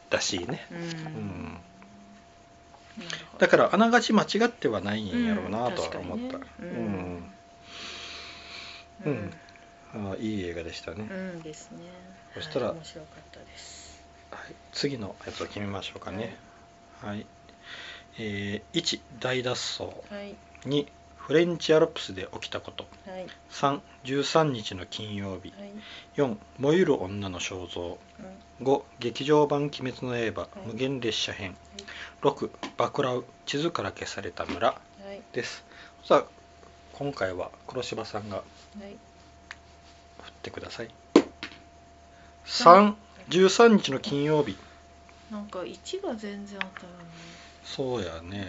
[SPEAKER 1] らしいね、
[SPEAKER 2] うんうん
[SPEAKER 1] うん、
[SPEAKER 2] なるほど
[SPEAKER 1] だからあながち間違ってはないんやろうなとは思った
[SPEAKER 2] うん確か、
[SPEAKER 1] う
[SPEAKER 2] にね
[SPEAKER 1] ん
[SPEAKER 2] う
[SPEAKER 1] うん
[SPEAKER 2] ん
[SPEAKER 1] あーいい映画でしたね、
[SPEAKER 2] うんですね
[SPEAKER 1] そしたら
[SPEAKER 2] はい面白かったです
[SPEAKER 1] はい、次のやつを決めましょうかねはい、えー1大脱走
[SPEAKER 2] はい
[SPEAKER 1] 2フレンチアルプスで起きたこと
[SPEAKER 2] はいはい
[SPEAKER 1] 313日の金曜日
[SPEAKER 2] はい
[SPEAKER 1] 4燃ゆる女の肖像5劇場版「鬼滅の刃」
[SPEAKER 2] い
[SPEAKER 1] 無限列車編6爆ラウ地図から消された村
[SPEAKER 2] はい
[SPEAKER 1] ですさあ今回は黒柴さんが
[SPEAKER 2] はい
[SPEAKER 1] 振ってください313日の金曜日
[SPEAKER 2] なんか一が全然当たら
[SPEAKER 1] そうやね
[SPEAKER 2] ない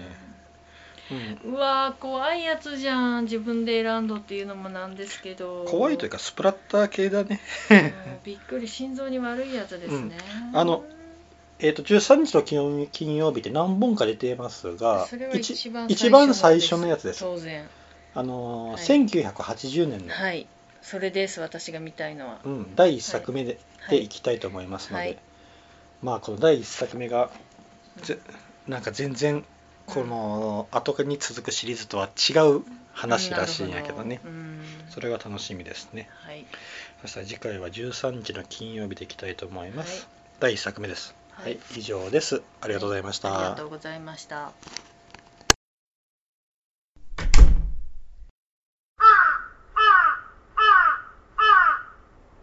[SPEAKER 1] うん
[SPEAKER 2] うわー怖いやつじゃん自分で選んどっていうのもなんですけど
[SPEAKER 1] 怖いというかスプラッター系だね (laughs)
[SPEAKER 2] うんびっくり心臓に悪いやつですね、
[SPEAKER 1] うんあのえっ、と13日の金曜日金曜日って何本か出てますが
[SPEAKER 2] それは
[SPEAKER 1] 一
[SPEAKER 2] 一番
[SPEAKER 1] 一
[SPEAKER 2] 最初の
[SPEAKER 1] 番最初のやつです
[SPEAKER 2] 当然
[SPEAKER 1] あの
[SPEAKER 2] はい
[SPEAKER 1] ー1980年の、
[SPEAKER 2] はいそれです私が見たいのは
[SPEAKER 1] うん、第1作目で,、、
[SPEAKER 2] はいい
[SPEAKER 1] でいきたいと思いますので、
[SPEAKER 2] はい
[SPEAKER 1] まあこの第1作目がぜなんか全然この後に続くシリーズとは違う話らしいんやけどね
[SPEAKER 2] なるほうん
[SPEAKER 1] それが楽しみですね
[SPEAKER 2] はい
[SPEAKER 1] そしたら次回は13日の金曜日でいきたいと思います、
[SPEAKER 2] はい
[SPEAKER 1] 第1作目です
[SPEAKER 2] は
[SPEAKER 1] は
[SPEAKER 2] い
[SPEAKER 1] い、以上ですありがとうございました、
[SPEAKER 2] ありがとうございました